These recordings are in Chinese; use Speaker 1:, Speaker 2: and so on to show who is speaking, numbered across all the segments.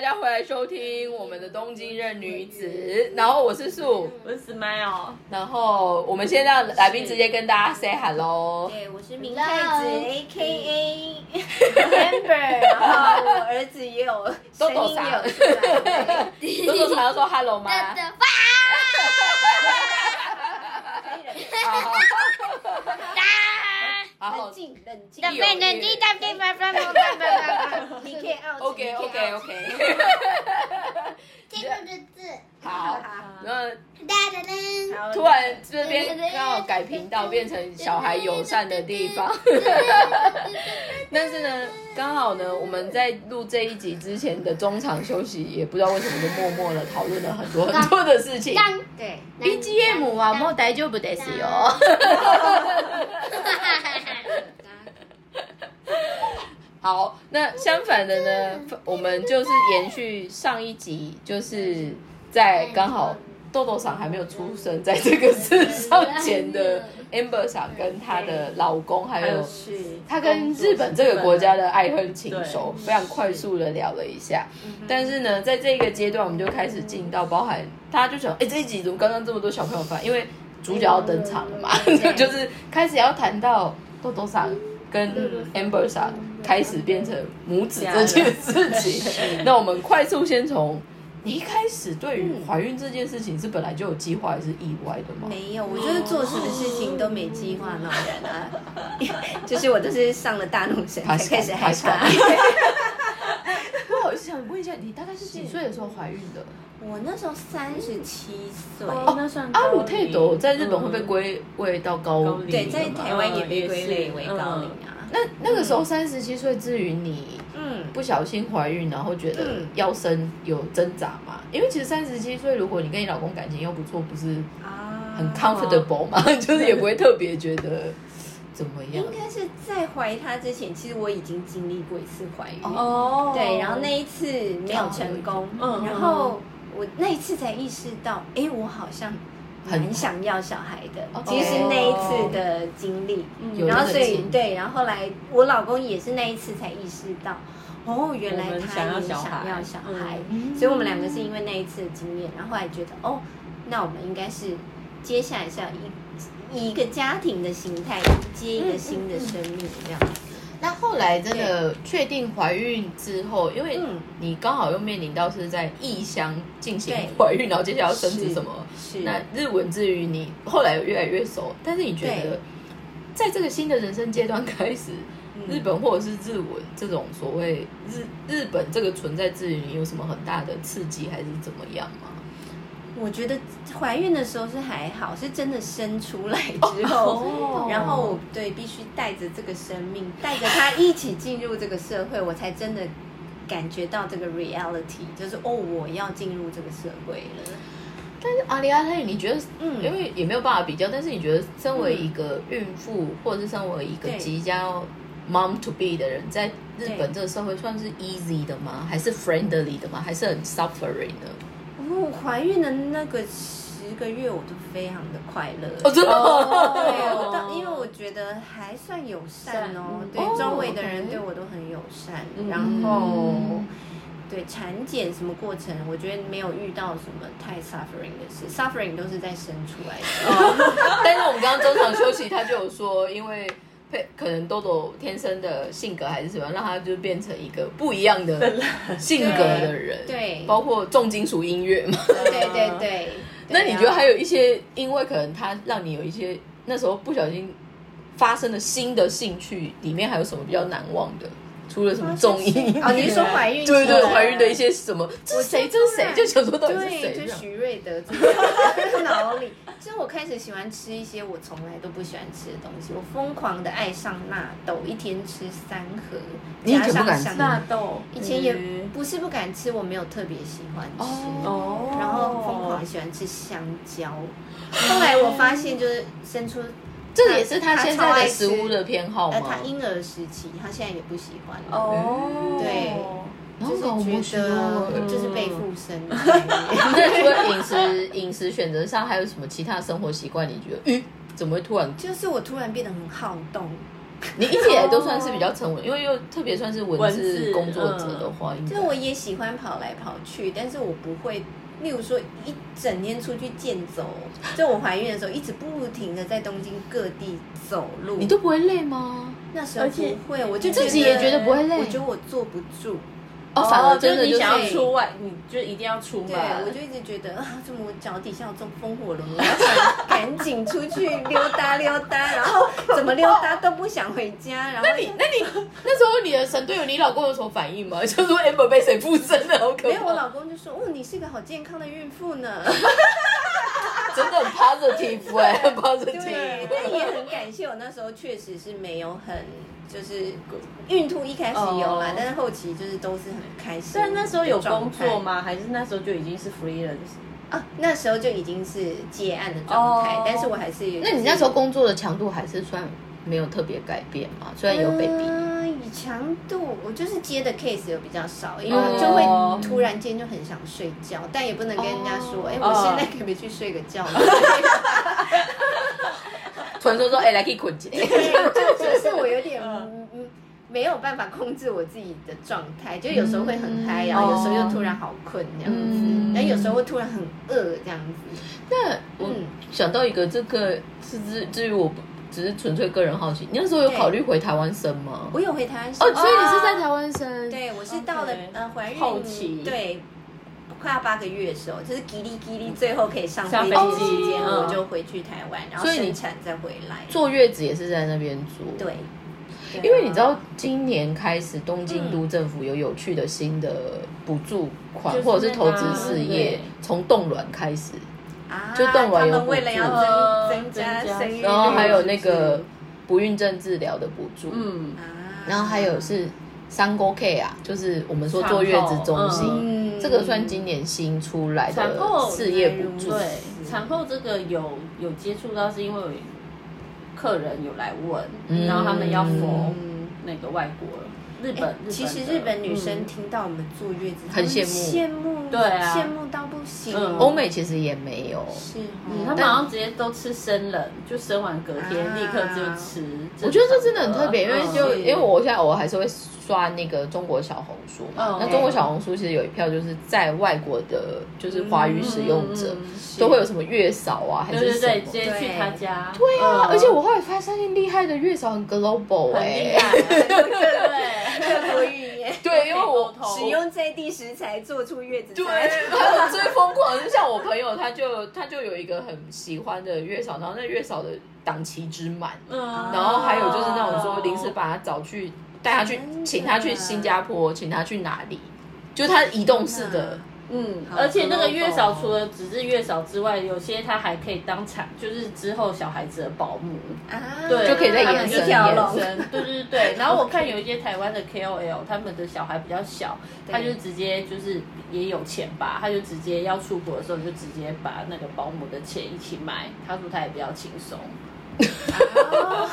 Speaker 1: 家回来收听我们的《东京任女子》，然后我是素，
Speaker 2: 我是 Smile，
Speaker 1: 然后我们先让来宾直接跟大家 say hello。
Speaker 3: 对，我是明太子 A K A Amber，然后我儿子也有
Speaker 1: 豆
Speaker 3: 声
Speaker 1: 豆
Speaker 3: 音
Speaker 1: 傻
Speaker 3: 也有出来，对
Speaker 1: 多多常要说 hello 吗？
Speaker 4: 的
Speaker 3: 可以冷
Speaker 1: 好好
Speaker 4: 发，
Speaker 1: 好好
Speaker 3: 冷静冷静，
Speaker 1: 有
Speaker 4: 被冷静大地方方方方方方。
Speaker 3: 你可以 out，
Speaker 1: ，OK
Speaker 3: 你可以
Speaker 1: OK
Speaker 3: out
Speaker 1: OK，
Speaker 4: 听过的字，
Speaker 1: 好。然后
Speaker 4: 哒哒噔。
Speaker 3: 好
Speaker 1: 突然这边刚好改频道变成小孩友善的地方，但是呢，刚好呢，我们在录这一集之前的中场休息，也不知道为什么就默默的讨论了很多很多的事情。
Speaker 3: 对，
Speaker 1: BGM
Speaker 2: 啊
Speaker 1: はもう大丈夫ですよ。好，那相反的呢，我们就是延续上一集，就是在刚好豆豆赏还没有出生，在这个世上前的 Amber 赏跟她的老公，还
Speaker 2: 还有
Speaker 1: 有
Speaker 2: 去
Speaker 1: 她跟日本这个国家的爱恨情仇，
Speaker 2: 对
Speaker 1: 非常快速的聊了一下。但是呢，在这个阶段，我们就开始进到包含大家就想，哎、这一集怎么刚刚这么多小朋友翻？因为主角要登场了嘛， 就是开始要谈到豆豆桑跟 Amber 桑开始变成母子这件事情。 那我们快速先从你一开始对于怀孕这件事情是本来就有计划，还是意外的吗？
Speaker 3: 没有，我就是做什么事情都没计划闹人啊，就是我都是上了大怒神才开始害怕。
Speaker 1: 不好意思，想问一下，你大概是几岁的时候怀孕的？
Speaker 3: 我那时候三十七岁，
Speaker 2: 哦，那算
Speaker 1: 阿
Speaker 2: 高
Speaker 1: 鲁
Speaker 2: 龄
Speaker 1: 泰斗在日本会被
Speaker 2: 嗯
Speaker 1: 归为到
Speaker 2: 高
Speaker 1: 高
Speaker 2: 龄
Speaker 3: 对，在台湾也被归类为
Speaker 2: 嗯
Speaker 3: 高龄啊。
Speaker 1: 那那个时候三十七岁，至于你
Speaker 3: 嗯，
Speaker 1: 不小心怀孕，然后觉得
Speaker 3: 嗯
Speaker 1: 要生有挣扎嘛？因为其实三十七岁，如果你跟你老公感情又不错，不是
Speaker 3: 啊
Speaker 1: 很 comfortable 嘛， 就是也不会特别觉得怎么样
Speaker 3: 应。该是在怀他之前，其实我已经经历过一次怀孕，
Speaker 2: 哦，
Speaker 3: 对，然后那一次没有成功，
Speaker 2: 嗯
Speaker 3: 然后我那一次才意识到，哎，我好像蛮想要小孩的
Speaker 1: 很，
Speaker 3: 其实那一次的经历，
Speaker 1: 有
Speaker 3: 然后
Speaker 1: 那
Speaker 3: 所
Speaker 1: 个
Speaker 3: 以
Speaker 1: 经历
Speaker 3: 对，然后后来我老公也是那一次才意识到，哦，原来
Speaker 2: 我们
Speaker 3: 他
Speaker 2: 想要
Speaker 3: 也
Speaker 2: 小
Speaker 3: 想
Speaker 2: 孩
Speaker 3: 要小孩，
Speaker 1: 嗯
Speaker 3: 所以我们两个是因为那一次的经验，然后后来觉得，哦，那我们应该是接下来是要以以一个家庭的形态迎接一个新的生命这样子，
Speaker 1: 那后来真的确定怀孕之后，因为
Speaker 3: 嗯
Speaker 1: 你刚好又面临到是在异乡进行
Speaker 3: 对
Speaker 1: 怀孕，然后接下来要生子什么，
Speaker 3: 是
Speaker 1: 那日文至于你后来有越来越熟，但是你觉得
Speaker 3: 对
Speaker 1: 在这个新的人生阶段开始，
Speaker 3: 嗯
Speaker 1: 日本或者是日文这种所谓日日本这个存在至于你有什么很大的刺激还是怎么样吗？
Speaker 3: 我觉得怀孕的时候是还好，是真的生出来之后，
Speaker 2: 哦
Speaker 3: 然后我对必须带着这个生命，带着他一起进入这个社会，我才真的感觉到这个 reality，就是哦，我要进入这个社会了。
Speaker 1: 但是阿里阿泰，你觉得，
Speaker 3: 嗯
Speaker 1: 因为也没有办法比较，但是你觉得身为一个孕妇，或者是身为一个
Speaker 3: 对
Speaker 1: 即将要 mom to be 的人，在日
Speaker 3: 对
Speaker 1: 本这个社会算是 easy 的吗？还是 friendly 的吗？还是很 suffering 的？
Speaker 3: 我怀孕的那个十个月，我都非常的快乐。
Speaker 1: 哦，真的
Speaker 3: 对，哦
Speaker 1: 吗？
Speaker 3: 我到因为我觉得还算友善哦，
Speaker 2: 善
Speaker 3: 对
Speaker 1: 哦
Speaker 3: 周围的人
Speaker 1: OK
Speaker 3: 对我都很友善，
Speaker 2: 嗯
Speaker 3: 然后对产检什么过程，我觉得没有遇到什么太 suffering 的事，suffering 都是在生出来的。
Speaker 1: 哦但是我们刚刚中场休息，他就有说，因为佩可能豆豆天生的性格还是什么样，让他就变成一个不一样的性格的人，
Speaker 3: 对
Speaker 1: 包括重金属音乐嘛。
Speaker 3: 对对对。
Speaker 1: 那
Speaker 3: 对
Speaker 1: 你
Speaker 3: 啊
Speaker 1: 觉得还有一些，因为可能他让你有一些那时候不小心发生的新的兴趣，里面还有什么比较难忘的？除了什么重音乐？
Speaker 3: 哦，你是说怀孕？ 啊
Speaker 1: 对对，怀孕的一。些什么？这是谁？这是谁？就想说到底是
Speaker 3: 对，
Speaker 1: 谁？
Speaker 3: 就
Speaker 1: 这样
Speaker 3: 徐瑞德这个脑里， 就我开始喜欢吃一些我从来都不喜欢吃的东西，我疯狂的爱上纳豆，一天吃三盒，
Speaker 1: 你以
Speaker 3: 加
Speaker 1: 前不
Speaker 3: 上
Speaker 1: 敢吃
Speaker 3: 香
Speaker 2: 纳豆，
Speaker 3: 以前也
Speaker 2: 嗯
Speaker 3: 不是不敢吃，我没有特别喜欢吃，
Speaker 1: 哦
Speaker 2: 哦，
Speaker 3: 然后疯狂喜欢吃香蕉。后来我发现，就是生出
Speaker 2: 哦
Speaker 1: 这也是他
Speaker 3: 他
Speaker 1: 现
Speaker 3: 超
Speaker 1: 在
Speaker 3: 爱
Speaker 1: 的
Speaker 3: 吃
Speaker 1: 食物的偏好
Speaker 3: 呃，
Speaker 1: 吗
Speaker 3: 他？婴儿时期，他现在也不喜欢了，
Speaker 2: 哦，
Speaker 3: 对
Speaker 1: 然
Speaker 3: 就
Speaker 1: 后搞
Speaker 3: 是觉得
Speaker 2: 嗯
Speaker 3: 就是被附身了。
Speaker 1: 那除了饮食饮食选择上，还有什么其他生活习惯？你觉得，嗯，怎么会突然
Speaker 3: 就是我突然变得很好动，
Speaker 1: 你一直以来都算是比较沉稳，因为又特别算是文
Speaker 3: 文
Speaker 1: 字
Speaker 3: 字嗯
Speaker 1: 工作者的话，应该
Speaker 3: 就是我也喜欢跑来跑去，但是我不会，例如说一整天出去健走，就我怀孕的时候一直不停的在东京各地走路。
Speaker 1: 你都不会累吗？
Speaker 3: 那时候
Speaker 2: 而且
Speaker 3: 不会，我就
Speaker 1: 自己也觉得不会累
Speaker 3: 我觉得我坐不住，
Speaker 1: 哦，反而真
Speaker 2: 是
Speaker 1: 的
Speaker 2: 你
Speaker 1: 就是
Speaker 2: 想要出外，你就一定要出
Speaker 3: 对
Speaker 2: 门。
Speaker 3: 我就一直觉得啊，怎么我脚底下有这种风火轮，我要想赶紧出去溜达溜达，然后怎么溜达都不想回家，然后
Speaker 1: 那你那你那时候你的神队友，你老公有什么反应吗？ 就是 amber 被谁附身了， 好可怕！
Speaker 3: 没有，我老公就说：“哦，你是一个好健康的孕妇呢。
Speaker 1: 真的很 positive 哎、很”
Speaker 3: 对
Speaker 1: positive。，
Speaker 3: 但也很感谢我那时候确实是没有很就是孕吐，一开始有啦
Speaker 1: 哦啊
Speaker 3: 但是后期就是都是很开心。
Speaker 2: 但那时候有工作？吗？还是那时候就已经是 freelance？
Speaker 3: 啊，那时候就已经是接案的状态
Speaker 2: 哦
Speaker 3: 但是我还是
Speaker 1: 那你那时候工作的强度还是算没有特别改变嘛？虽然有 baby，、
Speaker 3: 嗯，以强度我就是接的 case 有比较少，因为
Speaker 1: 哦
Speaker 3: 就会突然间就很想睡觉，但也不能跟人家说，
Speaker 1: 哦
Speaker 3: 哎、
Speaker 2: 哦
Speaker 3: 我现在可不可以去睡个 觉了？
Speaker 1: 突然说说哎、来可以捆结，
Speaker 3: 对，就是我有点
Speaker 2: 嗯
Speaker 3: 嗯没有办法控制我自己的状态，就有时候会很嗨、然后有时候又突然好困这样子，
Speaker 1: 嗯
Speaker 3: 然后有时候会突然很饿这样子。
Speaker 1: 那我
Speaker 3: 嗯
Speaker 1: 想到一个，这个是至至于我不只是纯粹个人好奇，你那时候有考虑回台湾生吗？
Speaker 3: 我有回台湾生
Speaker 1: 哦，所以你是
Speaker 2: 哦
Speaker 1: 在台湾生？，
Speaker 3: 对我是到了
Speaker 2: OK
Speaker 3: 呃怀孕
Speaker 2: 后期
Speaker 3: 对。快要八个月的时候，就是叽哩叽哩，最后可以上
Speaker 2: 上
Speaker 3: 飞
Speaker 2: 飞
Speaker 3: 机
Speaker 2: 机
Speaker 3: 期间，
Speaker 2: 嗯
Speaker 3: 我就回去台湾，然后
Speaker 1: 所以你
Speaker 3: 生产再回来。
Speaker 1: 坐月子也是在那边住。
Speaker 3: 对，嗯
Speaker 2: 啊
Speaker 1: 因为你知道，今年开始东京都政府有有趣的新的补助款，
Speaker 2: 就是
Speaker 1: 或者是投
Speaker 2: 那
Speaker 1: 资
Speaker 2: 个
Speaker 1: 事业
Speaker 2: 对，
Speaker 1: 从冻卵开始，
Speaker 3: 啊，
Speaker 1: 就动完
Speaker 3: 他
Speaker 1: 有哦
Speaker 3: 们为了要
Speaker 2: 补助
Speaker 3: 增增加
Speaker 2: 增加
Speaker 3: 生育率，
Speaker 1: 然后还有那
Speaker 3: 是
Speaker 1: 个
Speaker 3: 不
Speaker 1: 不孕症治疗的补助，
Speaker 2: 嗯
Speaker 3: 是啊，
Speaker 1: 然后还有是三沟 K 啊，就是我们说坐月子中
Speaker 2: 产后
Speaker 1: 心，
Speaker 3: 嗯
Speaker 1: 这个算今年新出来的
Speaker 2: 产后
Speaker 1: 事业补助
Speaker 3: 就。
Speaker 2: 对
Speaker 3: 是，
Speaker 2: 产后这个有有接触到，是因为有客人有来问，
Speaker 1: 嗯
Speaker 2: 然后他们要佛
Speaker 3: 嗯
Speaker 2: 那个外国日
Speaker 1: 哎
Speaker 2: 本，日本的
Speaker 3: 哎其实日本女生
Speaker 2: 嗯
Speaker 3: 听到我们坐月子，
Speaker 1: 很羡慕
Speaker 3: 羡慕，
Speaker 2: 对啊
Speaker 3: 羡慕到不行。哦
Speaker 2: 嗯
Speaker 1: 欧美其实也没有，
Speaker 3: 是
Speaker 2: 嗯
Speaker 3: 哦，
Speaker 2: 他们
Speaker 3: 但
Speaker 2: 好像直接都吃生冷，就生完隔天
Speaker 3: 啊
Speaker 2: 立刻就吃。
Speaker 1: 啊我觉得这真的很特别，因为
Speaker 2: 嗯
Speaker 1: 就是因为我现在我还是会刷那个中国小红书嘛
Speaker 2: 嗯，
Speaker 1: 那中国小红书其实有一票就是在外国的，就是华语使用者
Speaker 2: 嗯嗯嗯
Speaker 1: 都 会有什么月嫂啊，还
Speaker 2: 对
Speaker 1: 是
Speaker 2: 对
Speaker 1: 什么
Speaker 2: 对，。直接去他家。
Speaker 1: 对啊，
Speaker 2: 嗯
Speaker 1: 而且我后来发现厉害的月嫂很 global
Speaker 2: 很
Speaker 1: 哎
Speaker 2: 厉、害，对，
Speaker 3: 各国语言
Speaker 1: 对，因为
Speaker 2: 可以
Speaker 1: 我
Speaker 2: 沟通
Speaker 3: 使用在地食材做出月子
Speaker 1: 对，
Speaker 3: 餐，
Speaker 1: 还有最疯狂的，就像我朋友，他就他就有一个很喜欢的月嫂，然后那月嫂的档期之满，
Speaker 2: 嗯
Speaker 1: 然后还有就是那种说临时把他找去带他去，
Speaker 3: 哦
Speaker 1: 请他去新加坡，请他去哪里，就是他移动式的，
Speaker 2: 嗯，
Speaker 3: 好
Speaker 2: 而且那个
Speaker 3: global
Speaker 2: 月嫂除了只是月嫂之外，有些她还可以当产，就是之后小孩子的保姆，
Speaker 3: 啊，
Speaker 2: 对，
Speaker 1: 就可以再
Speaker 2: 他
Speaker 1: 延
Speaker 2: 们
Speaker 1: 伸
Speaker 2: 就
Speaker 3: 一条
Speaker 2: 延
Speaker 3: 龙。
Speaker 2: 伸， 对对对。然后我看有一些台湾的 KOL，他们的小孩比较小，
Speaker 3: 对
Speaker 2: 他就直接就是也有钱吧，他就直接要出国的时候就直接把那个保姆的钱一起买，他说他也比较轻松。
Speaker 3: 哦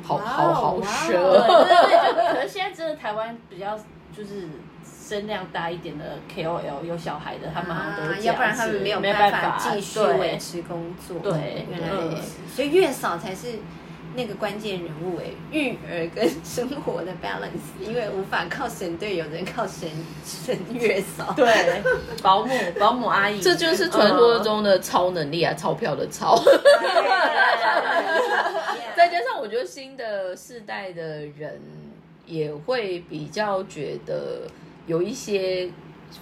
Speaker 1: 好
Speaker 3: 哇哦
Speaker 1: 好好
Speaker 2: 对对
Speaker 1: 奢。
Speaker 2: 对，就可是现在真的台湾比较就是声量大一点的 KOL 有小孩的，他们好像都
Speaker 3: 啊
Speaker 2: 是，这
Speaker 3: 要
Speaker 2: 样
Speaker 3: 不然他们
Speaker 2: 子
Speaker 3: 没有
Speaker 2: 没
Speaker 3: 办
Speaker 2: 法
Speaker 3: 法继续
Speaker 2: 对
Speaker 3: 维持工作。
Speaker 2: 对
Speaker 3: 原来
Speaker 2: 嗯
Speaker 3: 如此，所以月嫂才是那个关键人物诶，育儿跟生活的 balance，因为无法靠神队友，只能靠神 神月嫂。
Speaker 2: 对，保姆保姆阿姨，嗯
Speaker 1: 这就是传说中的超能力啊，钞票的钞。
Speaker 3: 嗯
Speaker 1: 再加上我觉得新的世代的人也会比较觉得有一些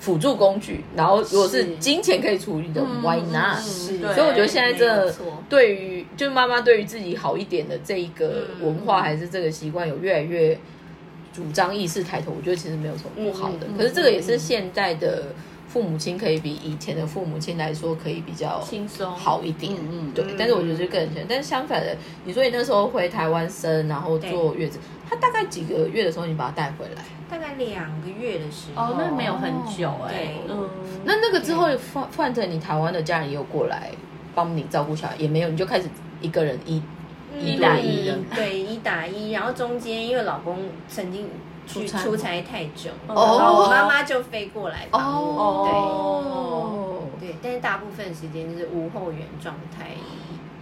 Speaker 1: 辅助工具，然后如果是
Speaker 3: 是
Speaker 1: 金钱可以处理的
Speaker 2: 嗯
Speaker 1: ，Why not？
Speaker 2: 是
Speaker 1: 所以我觉得现在这
Speaker 3: 没
Speaker 1: 个
Speaker 3: 有错
Speaker 1: 对于就妈妈对于自己好一点的这一个
Speaker 2: 嗯
Speaker 1: 文化还是这个习惯有越来越主张意识抬头，我觉得其实没有什么不好的
Speaker 3: 嗯。
Speaker 1: 可是这个也是现在的父母亲可以比以前的父母亲来说可以比较
Speaker 2: 轻松
Speaker 1: 好一点，
Speaker 2: 嗯嗯嗯
Speaker 1: 对。但是我觉得就个人选，但是相反的，你说你那时候回台湾生，然后坐月子，他大概几个月的时候你把他带回来，
Speaker 3: 大概两个月的时候，
Speaker 2: 哦，那没有很久
Speaker 1: 哦
Speaker 2: 哎
Speaker 3: 对，
Speaker 2: 嗯，
Speaker 1: 那那个之后换换成你台湾的家人也有过来帮你照顾小孩，也没有，你就开始一个人一
Speaker 2: 一打一
Speaker 1: 嗯
Speaker 3: 对，一打一。然后中间因为老公曾经去
Speaker 1: 出差吗
Speaker 3: 出差太久，然
Speaker 2: 哦
Speaker 3: 后我妈妈就飞过来帮我。
Speaker 2: 哦
Speaker 3: 对对，但是大部分时间就是无后援状态。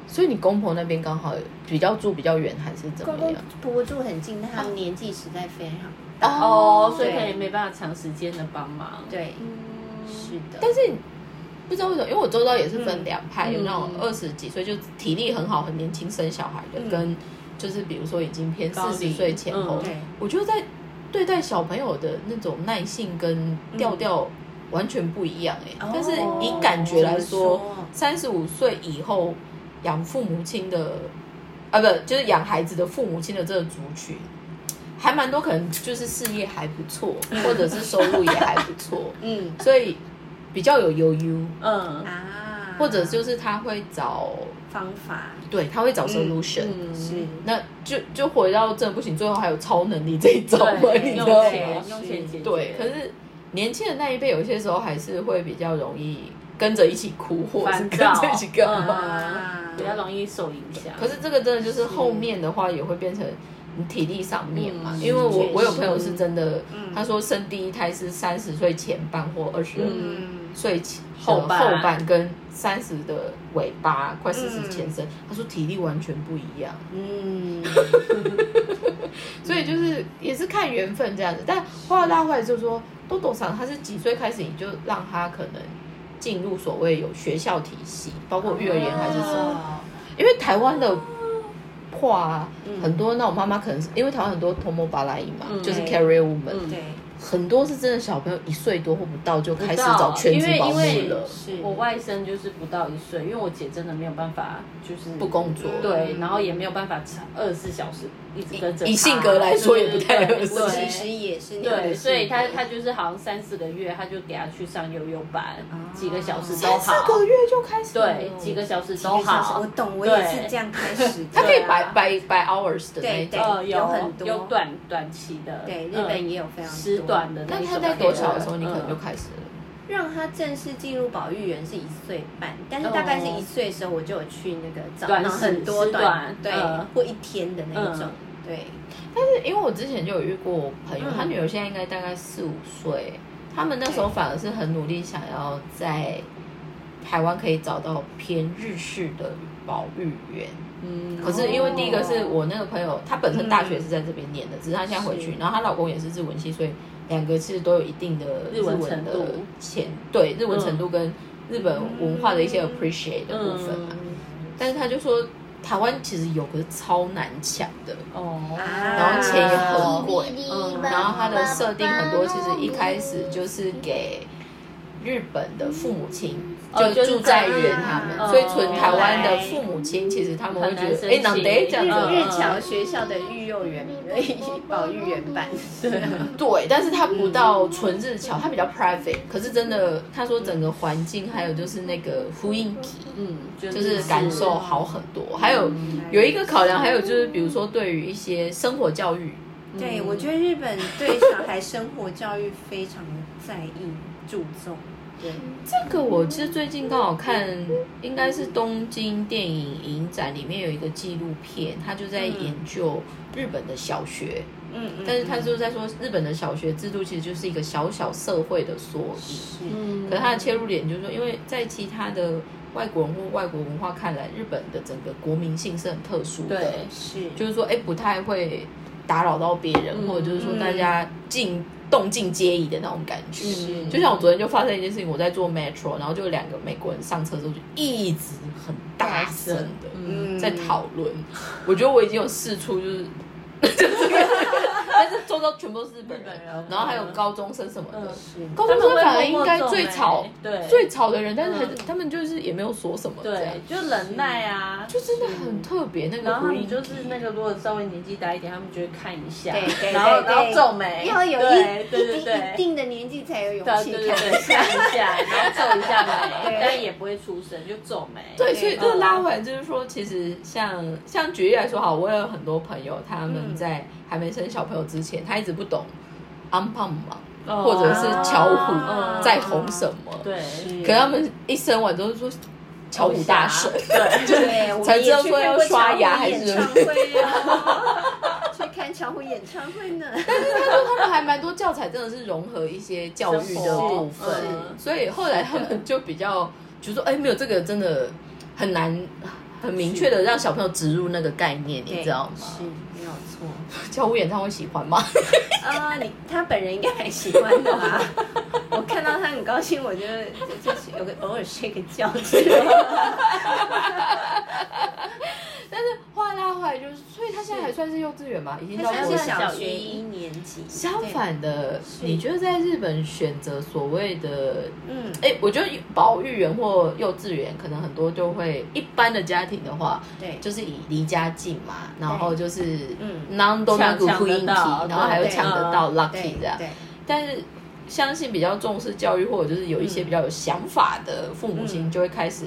Speaker 1: 所以你公婆那边刚好比较住比较远，还是怎
Speaker 3: 公
Speaker 1: 么
Speaker 3: 公
Speaker 1: 样？
Speaker 3: 婆婆住很近，但他们年纪实在非常大。
Speaker 2: 哦，所以
Speaker 3: 对
Speaker 2: 可以没办法长时间的帮忙。，
Speaker 3: 对，
Speaker 2: 嗯，
Speaker 3: 是的。
Speaker 1: 但是不知道为什么，因为我周遭也是分
Speaker 2: 嗯
Speaker 1: 两派，有那种
Speaker 2: 嗯
Speaker 1: 二十几岁就体力很好、很年轻生小孩的，
Speaker 3: 嗯
Speaker 1: 跟就是比如说已经偏
Speaker 2: 高
Speaker 1: 四
Speaker 2: 龄
Speaker 1: 十岁前后，
Speaker 2: 嗯
Speaker 3: 对，
Speaker 1: 我觉得在对待小朋友的那种耐性跟调
Speaker 2: 嗯
Speaker 1: 调完全不一样哎、
Speaker 3: 哦
Speaker 1: 但是以感觉来说
Speaker 3: 怎么说，
Speaker 1: 三十五岁以后养父母亲的啊，不就是养孩子的父母亲的这个族群，还蛮多可能就是事业还不错，
Speaker 2: 嗯
Speaker 1: 或者是收入也还不 错，
Speaker 3: 嗯
Speaker 1: 所以比较有悠悠，
Speaker 2: 嗯
Speaker 3: 啊，
Speaker 1: 或者就是他会找
Speaker 3: 方法
Speaker 1: 对他会找 solution。
Speaker 2: 嗯，
Speaker 3: 是
Speaker 1: 那就就回到真的不行，最后还有超能力这一种，
Speaker 2: 对，
Speaker 1: 你知
Speaker 2: 用
Speaker 1: 道吗
Speaker 2: 钱？用钱解决。
Speaker 1: 对，可是年轻的那一辈有些时候还是会比较容易跟着一起哭，或者是
Speaker 2: 烦
Speaker 1: 跟
Speaker 2: 躁
Speaker 1: 着一起干嘛。
Speaker 3: 啊
Speaker 2: 嗯比较容易受影响。
Speaker 1: 可是这个真的就是后面的话也会变成你体力上面嘛，
Speaker 2: 嗯
Speaker 1: 因为我
Speaker 3: 确
Speaker 1: 我有
Speaker 3: 实
Speaker 1: 朋友是真的，
Speaker 3: 嗯
Speaker 1: 他说生第一胎是三十岁前半或二十
Speaker 2: 嗯
Speaker 3: 嗯
Speaker 1: 岁前
Speaker 2: 后
Speaker 1: 呃
Speaker 2: 半
Speaker 1: 后半跟三十的尾巴，快四十
Speaker 3: 嗯
Speaker 1: 前身，他说体力完全不一样。
Speaker 3: 嗯，
Speaker 1: 所以就是也是看缘分这样子。但话又拉回来，就是说豆豆厂他是几岁开始你就让他可能进入所谓有学校体系，包括育儿园还是什
Speaker 2: 啊
Speaker 1: 么？
Speaker 3: 哦
Speaker 1: 因为台湾的话、啊
Speaker 3: 嗯
Speaker 1: 很多那种妈妈可能是因为台湾很多 t o m o b a l a i 嘛，
Speaker 2: 嗯
Speaker 1: 就是 carry woman，、
Speaker 2: 嗯
Speaker 3: 对，
Speaker 1: 很多是真的小朋友一岁多或不到就开始
Speaker 2: 不到
Speaker 1: 找全职保
Speaker 2: 啊因
Speaker 1: 姆
Speaker 2: 为因为
Speaker 1: 了，
Speaker 3: 是
Speaker 2: 我外甥就是不到一岁，因为我姐真的没有办法，就是
Speaker 1: 不工作。
Speaker 2: 对，然后也没有办法二十四小时一直跟着
Speaker 1: 以
Speaker 2: 她嗯
Speaker 1: 以性格来说也不太
Speaker 2: 对对
Speaker 1: 合
Speaker 3: 我
Speaker 1: 适
Speaker 3: 其
Speaker 2: 对
Speaker 3: 实也是你
Speaker 2: 对，
Speaker 3: 的
Speaker 2: 所以
Speaker 3: 性格
Speaker 2: 她她就是好像三四个月，她就给她去上悠悠班，
Speaker 3: 哦
Speaker 2: 几个小时都
Speaker 1: 三四
Speaker 2: 好，
Speaker 1: 个月就开始了
Speaker 2: 对，几个小时
Speaker 3: 几
Speaker 2: 都
Speaker 3: 个小时哦
Speaker 2: 好，
Speaker 3: 我懂，我
Speaker 2: 对
Speaker 3: 也是这样开始的。
Speaker 1: 他可以
Speaker 2: 对啊
Speaker 1: 摆摆摆 hours 的那一种
Speaker 3: 对对。
Speaker 2: 呃有
Speaker 3: 有很多
Speaker 2: 有短短期的，
Speaker 3: 对，日
Speaker 2: 嗯
Speaker 3: 本也有非常多
Speaker 2: 时短的
Speaker 1: 那
Speaker 2: 一
Speaker 1: 他
Speaker 2: 种
Speaker 1: 在多少的时候，你可能就
Speaker 2: 嗯
Speaker 1: 开始了？
Speaker 3: 让他正式进入保育园是一岁半，但是大概是一岁的时候，我就有去那个找
Speaker 2: 哦短
Speaker 3: 那种很多
Speaker 2: 时
Speaker 3: 短
Speaker 2: 短
Speaker 3: 对
Speaker 2: 嗯
Speaker 3: 或一天的那一种
Speaker 2: 嗯，
Speaker 3: 对，
Speaker 1: 因为我之前就有遇过朋友，
Speaker 3: 嗯
Speaker 1: 他女儿现在应该大概四五岁，他们那时候反而是很努力想要在台湾可以找到偏日式的保育员。
Speaker 2: 嗯
Speaker 1: 可是因为第一个是
Speaker 3: 哦
Speaker 1: 我那个朋友，她本身大学是在这边念的，只
Speaker 2: 哦
Speaker 1: 是她现在回去
Speaker 3: 是，
Speaker 1: 然后她老公也是日文系，所以两个其实都有一定的
Speaker 2: 日文程
Speaker 1: 的
Speaker 2: 度嗯
Speaker 1: 潜对日文程度跟日本文化的一些 appreciate 的部分嘛。啊但是他就说台湾其实有，可是超难抢的。
Speaker 2: 哦，
Speaker 3: 然
Speaker 1: 后钱也很贵
Speaker 2: 嗯
Speaker 1: 然后它的设定很多，其实一开始就是给日本的父母亲，
Speaker 2: 哦
Speaker 1: 就
Speaker 2: 就是
Speaker 1: 住在园他
Speaker 3: 哦
Speaker 1: 们，所以纯台湾的父母亲其实他们会觉得，哎，哪
Speaker 2: 很难申请
Speaker 1: 得这样
Speaker 3: 日
Speaker 1: 子
Speaker 2: 嗯
Speaker 3: 日侨学校的育幼园保育园 版，对，
Speaker 1: 对，但是它不到纯日侨，它比较 private。可是真的，他说整个环境还有就是那个呼应体，
Speaker 2: 嗯，就
Speaker 1: 就是感受好很多。还有有一个考量，还有就是比如说对于一些生活教育，
Speaker 3: 对
Speaker 2: 嗯
Speaker 3: 我觉得日本对小孩生活教育非常在意注重，对，
Speaker 1: 这个我其实最近刚好看，应该是东京电影影展里面有一个纪录片，他就在研究日本的小学，
Speaker 3: 嗯嗯，
Speaker 1: 但是他就在说日本的小学制度其实就是一个小小社会的缩影。
Speaker 3: 是
Speaker 2: 嗯
Speaker 1: 可是他的切入点就是说，因为在其他的外国人或外国文化看来，日本的整个国民性是很特殊的，
Speaker 2: 对
Speaker 3: 是
Speaker 1: 就是说，哎，不太会打扰到别人，
Speaker 2: 嗯
Speaker 1: 或者就是说大家进动静皆宜的那种感觉。
Speaker 2: 是
Speaker 1: 就像我昨天就发生一件事情，我在坐 metro，然后就有两个美国人上车的时候就一直很大声的
Speaker 2: 嗯
Speaker 1: 在讨论，我觉得我已经有试出就是。就是但是周遭全部都是日本
Speaker 2: 日本
Speaker 1: 人
Speaker 2: 人，
Speaker 1: 然后还有高中生什么的，
Speaker 2: 嗯
Speaker 3: 是
Speaker 1: 高中生反而应该
Speaker 2: 他们会
Speaker 1: 最
Speaker 2: 默默
Speaker 1: 吵，
Speaker 2: 中欸对
Speaker 1: 最吵的人，但是还是、
Speaker 2: 嗯
Speaker 1: 他们就是也没有说什么，这样
Speaker 2: 对，就忍耐啊。
Speaker 1: 就真的很特别。那个
Speaker 2: 然后
Speaker 1: 回音
Speaker 2: 他们就是那个，如果稍微年纪大一点，他们就会看一下，
Speaker 3: 对对
Speaker 2: 然后
Speaker 3: 对
Speaker 2: 然后
Speaker 3: 对
Speaker 2: 皱眉，
Speaker 3: 要有一
Speaker 2: 对对
Speaker 3: 一定
Speaker 2: 对
Speaker 3: 一
Speaker 2: 对。
Speaker 3: 定的年纪才有勇
Speaker 2: 对啊
Speaker 3: 气
Speaker 2: 对
Speaker 3: 看
Speaker 2: 对，对看一下，然后皱一下眉
Speaker 3: 对，
Speaker 2: 但也不会出声，就皱眉。
Speaker 1: 对，所以
Speaker 3: 嗯
Speaker 1: 就拉回来，就是说，其实像像举例来说，好，我有很多朋友，他们在还没生小朋友之前，他一直不懂安胖嘛，
Speaker 2: 哦
Speaker 1: 或者是巧
Speaker 2: 嗯
Speaker 3: 啊
Speaker 1: 虎在红什么，
Speaker 2: 对，
Speaker 1: 可他们一生完都是说巧虎大神，
Speaker 2: 对，
Speaker 3: 对，我
Speaker 1: 才
Speaker 3: 们
Speaker 1: 知
Speaker 3: 也
Speaker 1: 道
Speaker 3: 去
Speaker 1: 说要
Speaker 3: 看过
Speaker 1: 刷
Speaker 3: 巧虎
Speaker 1: 牙还
Speaker 3: 演
Speaker 1: 是
Speaker 3: 唱会啊， 去看巧虎演唱会呢。
Speaker 1: 他说他们还蛮多教材真的是融合一些教育的部分
Speaker 2: 生活，嗯
Speaker 1: 所以后来他们就比较，就说哎，没有这个真的很难很明确的让小朋友植入那个概念，你
Speaker 3: 对
Speaker 1: 知道吗？
Speaker 3: 是没有错。
Speaker 1: 教务演唱会喜欢吗？
Speaker 3: 啊，你他本人应该还喜欢的啦。我看到他很高兴，我就就就是有个偶尔睡个觉之类 的。
Speaker 1: 但是后来拉回来就是，所以他现在还算是幼稚园嘛，已经到
Speaker 3: 他
Speaker 1: 国
Speaker 3: 是
Speaker 1: 小。
Speaker 3: 小学一年级，
Speaker 1: 相反的，你觉得在日本选择所谓的，
Speaker 3: 嗯，
Speaker 1: 哎、我觉得保育园或幼稚园，可能很多就会一般的家庭的话，
Speaker 3: 对，
Speaker 1: 就是以离家近嘛，然后就是
Speaker 3: 嗯
Speaker 1: non d o n a g u
Speaker 2: 抢
Speaker 1: q u e e n
Speaker 2: 抢得到
Speaker 1: y 然后还有抢得到
Speaker 3: 啊对
Speaker 1: lucky 这样。
Speaker 3: 对，
Speaker 1: 但是相信比较重视教育，或者就是有一些比较有想法的父母亲，
Speaker 3: 嗯
Speaker 1: 就会开始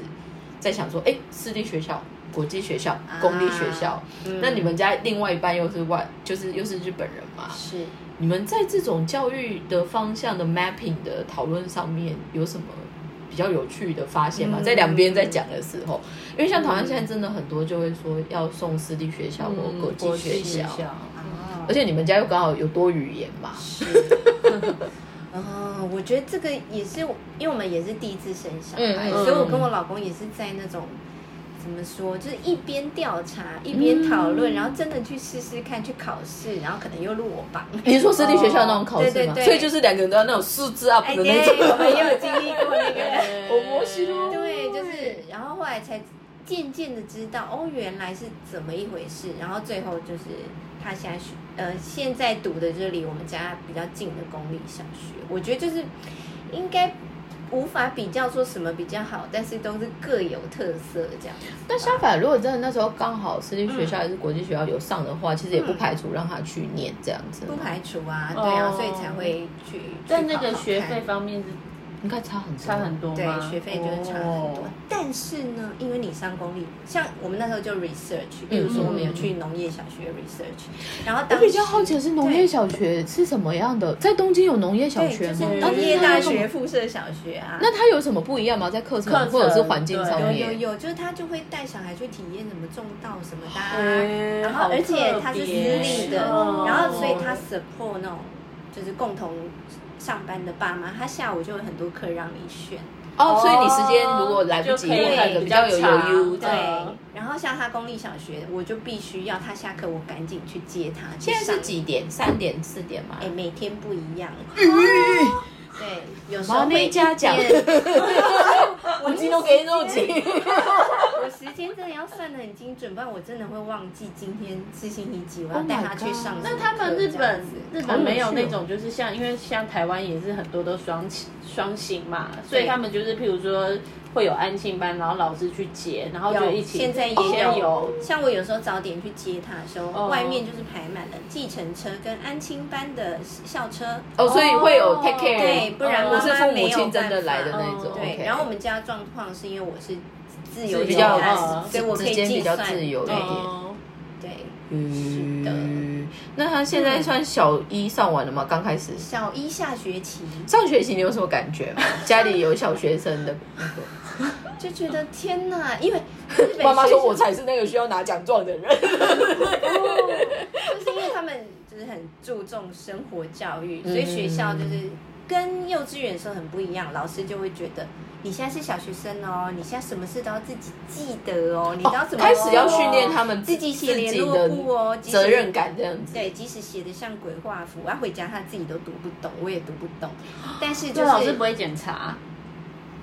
Speaker 1: 在想说，哎、私立学校、国际学校、公立学校，
Speaker 3: 嗯
Speaker 1: 那你们家另外一半又是外，就是又是日本人嘛？
Speaker 3: 是
Speaker 1: 你们在这种教育的方向的 mapping 的讨论上面有什么比较有趣的发现吗？
Speaker 3: 嗯
Speaker 1: 在两边在讲的时候，因为像台湾现在真的很多就会说要送私立学校或嗯国际学校，
Speaker 3: 啊
Speaker 1: 而且你们家又刚好有多语言嘛，
Speaker 3: 是。 哦，我觉得这个也是，因为我们也是第一次生小孩，
Speaker 1: 嗯
Speaker 2: 嗯
Speaker 3: 所以我跟我老公也是在那种怎么说，就是一边调查一边讨论，然后真的去试试看，去考试，然后可能又落榜。
Speaker 1: 你是说私立学校那种考试吗？
Speaker 3: 对对对
Speaker 1: 所以就是两个人都要那种素质 up
Speaker 3: 哎，
Speaker 1: 的
Speaker 3: 对，
Speaker 1: 那 种。
Speaker 3: 我们也有经历过那个，
Speaker 1: 我模型哦
Speaker 3: 对，就是，然后后来才渐渐的知道，哦，原来是怎么一回事，然后最后就是他现在学，呃，现在读的就是离我们家比较近的公立小学，我觉得就是应该。无法比较说什么比较好，但是都是各有特色这样子。
Speaker 1: 但相反，如果真的那时候刚好私立学校还是国际学校有上的话，其实也不排除让他去念这样子。
Speaker 3: 不排除啊，对啊，
Speaker 2: 哦
Speaker 3: 所以才会去。
Speaker 2: 在
Speaker 3: 去
Speaker 2: 那个
Speaker 3: 考考
Speaker 2: 学
Speaker 3: 看
Speaker 2: 费方面是
Speaker 1: 应该差很多
Speaker 2: 差很多
Speaker 3: 对
Speaker 2: 吗？，
Speaker 3: 学费就是差很多。
Speaker 2: 哦
Speaker 3: 但是呢，因为你上公立，像我们那时候就
Speaker 1: 嗯
Speaker 3: research，比如说我们有去农业小学 research，、然后
Speaker 1: 我
Speaker 3: 当时
Speaker 1: 比较好奇的是农业小学是什么样的，在东京有农业小
Speaker 3: 对
Speaker 1: 学
Speaker 3: 就
Speaker 1: 吗？
Speaker 3: 是
Speaker 1: 那
Speaker 3: 农业大
Speaker 1: 它有什
Speaker 3: 学、
Speaker 1: 么，
Speaker 3: 附设小学啊。
Speaker 1: 那它有什么不一样吗？在课
Speaker 2: 课
Speaker 1: 程
Speaker 2: 程
Speaker 1: 或者是环境上
Speaker 3: 有
Speaker 1: 面？
Speaker 3: 有有，就是他就会带小孩去体验什么种稻什么的、
Speaker 1: 哦
Speaker 3: 啊，
Speaker 1: 哎
Speaker 2: 嗯
Speaker 3: 然
Speaker 2: 好
Speaker 3: 后而且
Speaker 2: 特
Speaker 3: 他是私
Speaker 2: 别
Speaker 3: 立的，
Speaker 2: 哦
Speaker 3: 然后所以他 support 那种就是共同上班的爸妈，他下午就有很多课让你选。
Speaker 1: 哦，所以你时间如果来不及，
Speaker 2: 就可以
Speaker 1: 用那个比较有
Speaker 2: 比较长
Speaker 1: 有 U
Speaker 3: 对
Speaker 1: 的。
Speaker 2: 嗯，
Speaker 3: 然后像他公立小学，我就必须要他下课，我赶紧去接他。去
Speaker 1: 现在是
Speaker 3: 上？
Speaker 1: 几哎点？三点、四点吗？
Speaker 3: 哎，每天不一样。对，有时
Speaker 1: 然
Speaker 3: 候
Speaker 1: 后那
Speaker 3: 会
Speaker 1: 一家讲， 我今都给肉紧。
Speaker 3: 我时间真的要算的很精准，不然我真的会忘记今天是星期几，我要
Speaker 1: Oh my
Speaker 3: 带他去
Speaker 1: God
Speaker 3: 上什么课。
Speaker 2: 那他们日
Speaker 3: 这样
Speaker 2: 本
Speaker 3: 子
Speaker 2: 日
Speaker 1: 好
Speaker 2: 本
Speaker 1: 有
Speaker 2: 没有
Speaker 1: 趣哦
Speaker 2: 那种就是像，因为像台湾也是很多都双薪双薪嘛，所以
Speaker 3: 对
Speaker 2: 他们就是譬如说会有安亲班，然后老师去接，然后就
Speaker 3: 有
Speaker 2: 一起
Speaker 3: 现在也
Speaker 2: 以前
Speaker 3: 有
Speaker 2: 有
Speaker 3: 像我有时候早点去接他的时候，
Speaker 2: 哦
Speaker 3: 外面就是排满了计程车跟安亲班的校车。
Speaker 1: 哦，所以会有 take care，
Speaker 3: 对不然
Speaker 1: 哦
Speaker 3: 妈妈
Speaker 1: 不是父母亲真的来的那种。
Speaker 2: 没有办法 OK
Speaker 3: 哦对，然后我们家状况是因为我是自由
Speaker 1: 是比
Speaker 3: 接
Speaker 1: 较
Speaker 3: 案
Speaker 2: 哦
Speaker 3: 所以我可以
Speaker 1: 时间
Speaker 3: 计
Speaker 1: 比较
Speaker 3: 算。
Speaker 1: 自由一
Speaker 3: 对
Speaker 1: 点
Speaker 2: 哦
Speaker 3: 对，
Speaker 1: 嗯
Speaker 3: 是的
Speaker 1: 那他现在算小一上完了吗？刚开始
Speaker 3: 小一下学期
Speaker 1: 上学期你有什么感觉 吗？家里有小学生的那个。
Speaker 3: 就觉得天哪，因为日本
Speaker 1: 嗯妈妈说
Speaker 3: 学校
Speaker 1: 我才是那个需要拿奖状的人。
Speaker 3: 哦就是因为他们就是很注重生活教育，所以学校
Speaker 1: 嗯
Speaker 3: 就是跟幼稚园的时候很不一样，老师就会觉得。你现在是小学生哦，你现在什么事都要自己记得哦，你都要怎么、哦
Speaker 1: 开始要训练他们
Speaker 3: 自己写联络
Speaker 1: 的
Speaker 3: 簿哦即使
Speaker 1: 责任感这样子。
Speaker 3: 对，即使写的像鬼画符，啊，回家他自己都读不懂，我也读不懂，但是就
Speaker 2: 就是哦老师不会检查，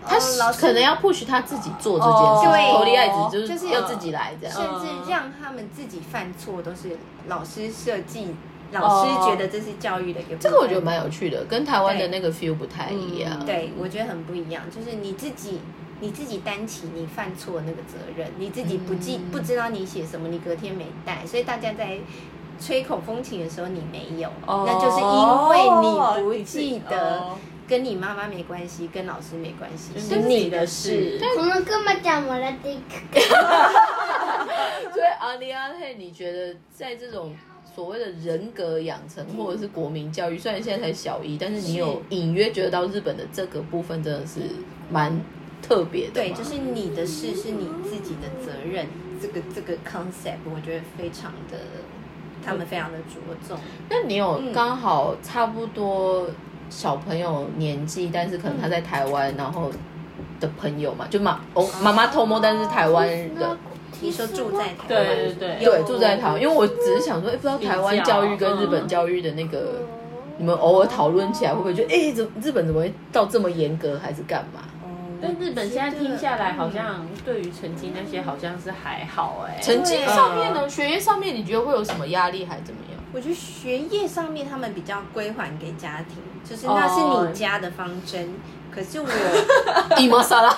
Speaker 1: 他
Speaker 3: 哦老师哦
Speaker 1: 可能要 push 他自己做这件事，
Speaker 3: 对
Speaker 1: 投立爱子就
Speaker 3: 就是
Speaker 1: 是要自己来这样。
Speaker 2: 嗯
Speaker 3: 甚至让他们自己犯错都是老师设计，老师
Speaker 2: 哦
Speaker 3: 觉得这是教育的一个部分。
Speaker 1: 这个我觉得蛮有趣的，跟台湾的那个 feel 不太一样。
Speaker 2: 嗯
Speaker 3: 对，我觉得很不一样，就是你自己你自己担起你犯错那个责任，你自己不记、
Speaker 1: 嗯
Speaker 3: 不知道你写什么，你隔天没带，所以大家在吹口风琴的时候你没有，
Speaker 2: 哦
Speaker 3: 那就是因为你不
Speaker 2: 你自
Speaker 3: 记
Speaker 2: 己
Speaker 3: 得，
Speaker 2: 哦
Speaker 3: 跟你妈妈没关系，跟老师没关系，
Speaker 2: 就是
Speaker 3: 是你的事。
Speaker 2: 事
Speaker 4: 我们根本讲完了这个，
Speaker 1: 所以阿里阿佩，你觉得在这种所谓的人格养成或者是国民教育，虽然现在才小一，但是你有隐约觉得到日本的这个部分真的是蛮特别的
Speaker 3: 对，
Speaker 1: 吗
Speaker 3: 就是你的事是你自己的责任，这个这个 concept 我觉得非常的，他们非常的着重。
Speaker 1: 那你有
Speaker 3: 嗯
Speaker 1: 刚好差不多小朋友年纪，但是可能他在
Speaker 3: 哦
Speaker 1: 台湾，然后的朋友嘛，就妈哦妈妈偷摸，但是台湾人，
Speaker 3: 题说住在台湾，
Speaker 2: 对对对
Speaker 1: 对，住在台湾，因为我只是想说，哎、不知道台湾教育跟日
Speaker 3: 嗯
Speaker 1: 本教育的那个，你们偶尔讨论起来会不会觉得，哎、怎日本怎么会到这么严格，还是干嘛？
Speaker 3: 哦
Speaker 2: 但日本现在听下来，好像对于成绩那些好像是还好哎、
Speaker 1: 成绩
Speaker 3: 啊
Speaker 1: 上面
Speaker 2: 嗯
Speaker 1: 呢，学业上面，你觉得会有什么压力，还怎么样？
Speaker 3: 我觉得学业上面他们比较归还给家庭，就是那是你家的方针。可是 我
Speaker 1: 伊玛莎拉，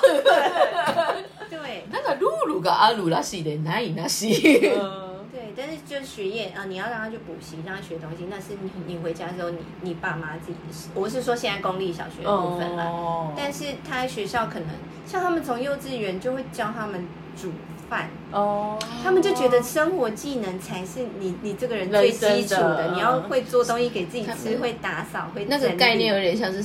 Speaker 3: 对
Speaker 1: 那个露露跟阿鲁拉系的，哪里那是？
Speaker 2: 嗯
Speaker 3: 对，但是就学业啊、呃你要让他去补习，让他学东西，那是你你回家之后你你爸妈自己的事。我是说现在公立小学的部分啦，
Speaker 2: 哦
Speaker 3: 但是他在学校可能像他们从幼稚园就会教他们煮饭，
Speaker 2: 哦，
Speaker 3: 他们就觉得生活技能才是你你这个人最
Speaker 2: 人生的
Speaker 3: 基础的，你要
Speaker 2: 嗯
Speaker 3: 会做东西给自己
Speaker 1: 他
Speaker 3: 吃，
Speaker 1: 们
Speaker 3: 会打扫，会
Speaker 1: 那个
Speaker 3: 整理
Speaker 1: 概念有点像是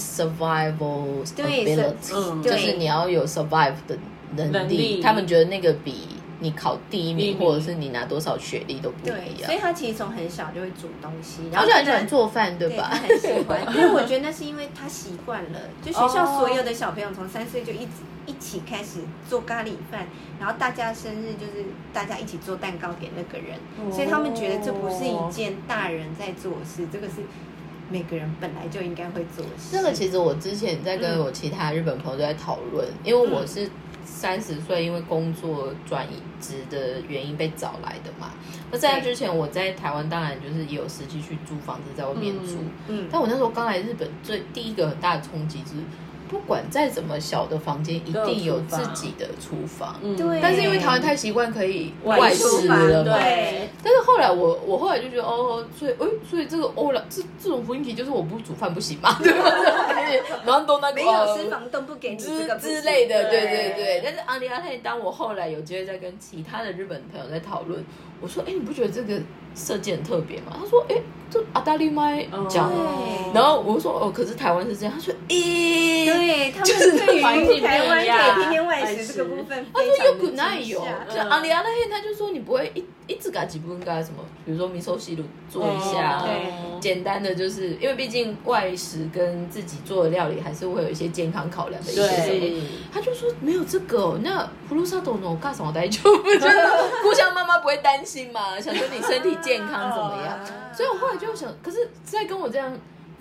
Speaker 1: survival
Speaker 3: 对
Speaker 1: ability，、
Speaker 2: 嗯
Speaker 1: 就
Speaker 3: 对
Speaker 1: 是你要有 survive 的能力。
Speaker 2: 能力
Speaker 1: 他们觉得那个比你考第一
Speaker 2: 第一
Speaker 1: 名
Speaker 2: 名
Speaker 1: 或者是你拿多少学历都不
Speaker 3: 对
Speaker 1: 一，样
Speaker 3: 所以。他其实从很小就会煮东西，
Speaker 1: 他
Speaker 3: 然后
Speaker 1: 就很喜
Speaker 3: 他
Speaker 1: 欢做饭，对
Speaker 3: 对
Speaker 1: 吧
Speaker 3: 他？很喜 欢，但是我觉得那是因为他习惯了，就学校所有的小朋友从三岁就一直一起开始做咖喱饭，然后大家生日就是大家一起做蛋糕给那个人，所以他们觉得这不是一件大人在做的事，这个是每个人本来就应该会做的事。
Speaker 1: 这个其实我之前在跟我其他日本朋友都在讨论，因为我是三十岁，因为工作转移职的原因被找来的嘛。那在那之前我在台湾当然就是也有实际去租房子在外面住，
Speaker 3: 嗯，
Speaker 1: 但我那时候刚来日本，最第一个很大的冲击就是，不管再怎么小的房间，一定有自己的厨房。
Speaker 2: 嗯
Speaker 3: 对
Speaker 1: 但是因为台湾太习惯可以
Speaker 2: 外
Speaker 1: 外
Speaker 2: 食
Speaker 1: 食
Speaker 3: 嘛
Speaker 1: 了嘛，
Speaker 2: 对，
Speaker 1: 但是后来我我后来就觉得哦，所以哎，所以这个欧了这这种问题就是我不煮饭不行嘛， 对吧？这种概念然后都那个呃
Speaker 3: 没有私房东不给你这
Speaker 1: 之
Speaker 3: 个不行
Speaker 1: 之类的，对
Speaker 2: 对
Speaker 1: 对对。但是阿里阿泰，当我后来有机会在跟其他的日本朋友在讨论，我说：“哎，你不觉得这个设计很特别吗？”他说：“哎，这阿达利麦讲。
Speaker 3: 哦对
Speaker 1: 然后我说：“哦，可是台湾是这样。”他说：“咦、
Speaker 3: 对他们
Speaker 1: 就是
Speaker 3: 对
Speaker 2: 环境
Speaker 3: 于
Speaker 2: 不
Speaker 3: 台湾
Speaker 2: 一样
Speaker 3: 可以天天外
Speaker 2: 外
Speaker 3: 食
Speaker 2: 食
Speaker 3: 这个部分
Speaker 1: 他
Speaker 3: 非
Speaker 1: 说
Speaker 3: 常
Speaker 1: 又
Speaker 3: 的
Speaker 1: 不
Speaker 3: 惊吓
Speaker 1: 耐油，就
Speaker 2: 嗯
Speaker 1: 阿里阿那天他就说你不会一一直嘎几不跟嘎什么，比如说米寿西鲁做一
Speaker 2: 哦
Speaker 1: 下，啊
Speaker 3: 哦对
Speaker 1: 简单的就是因为毕竟外食跟自己做的料理还是会有一些健康考量的一些什么。
Speaker 2: 对，
Speaker 1: 他就说没有这个、哦，那普鲁萨多诺干什么代就就是互相妈妈不会担心嘛，想说你身体健康怎么样？
Speaker 3: 啊
Speaker 1: 所以我后来就想，可是，在跟我这样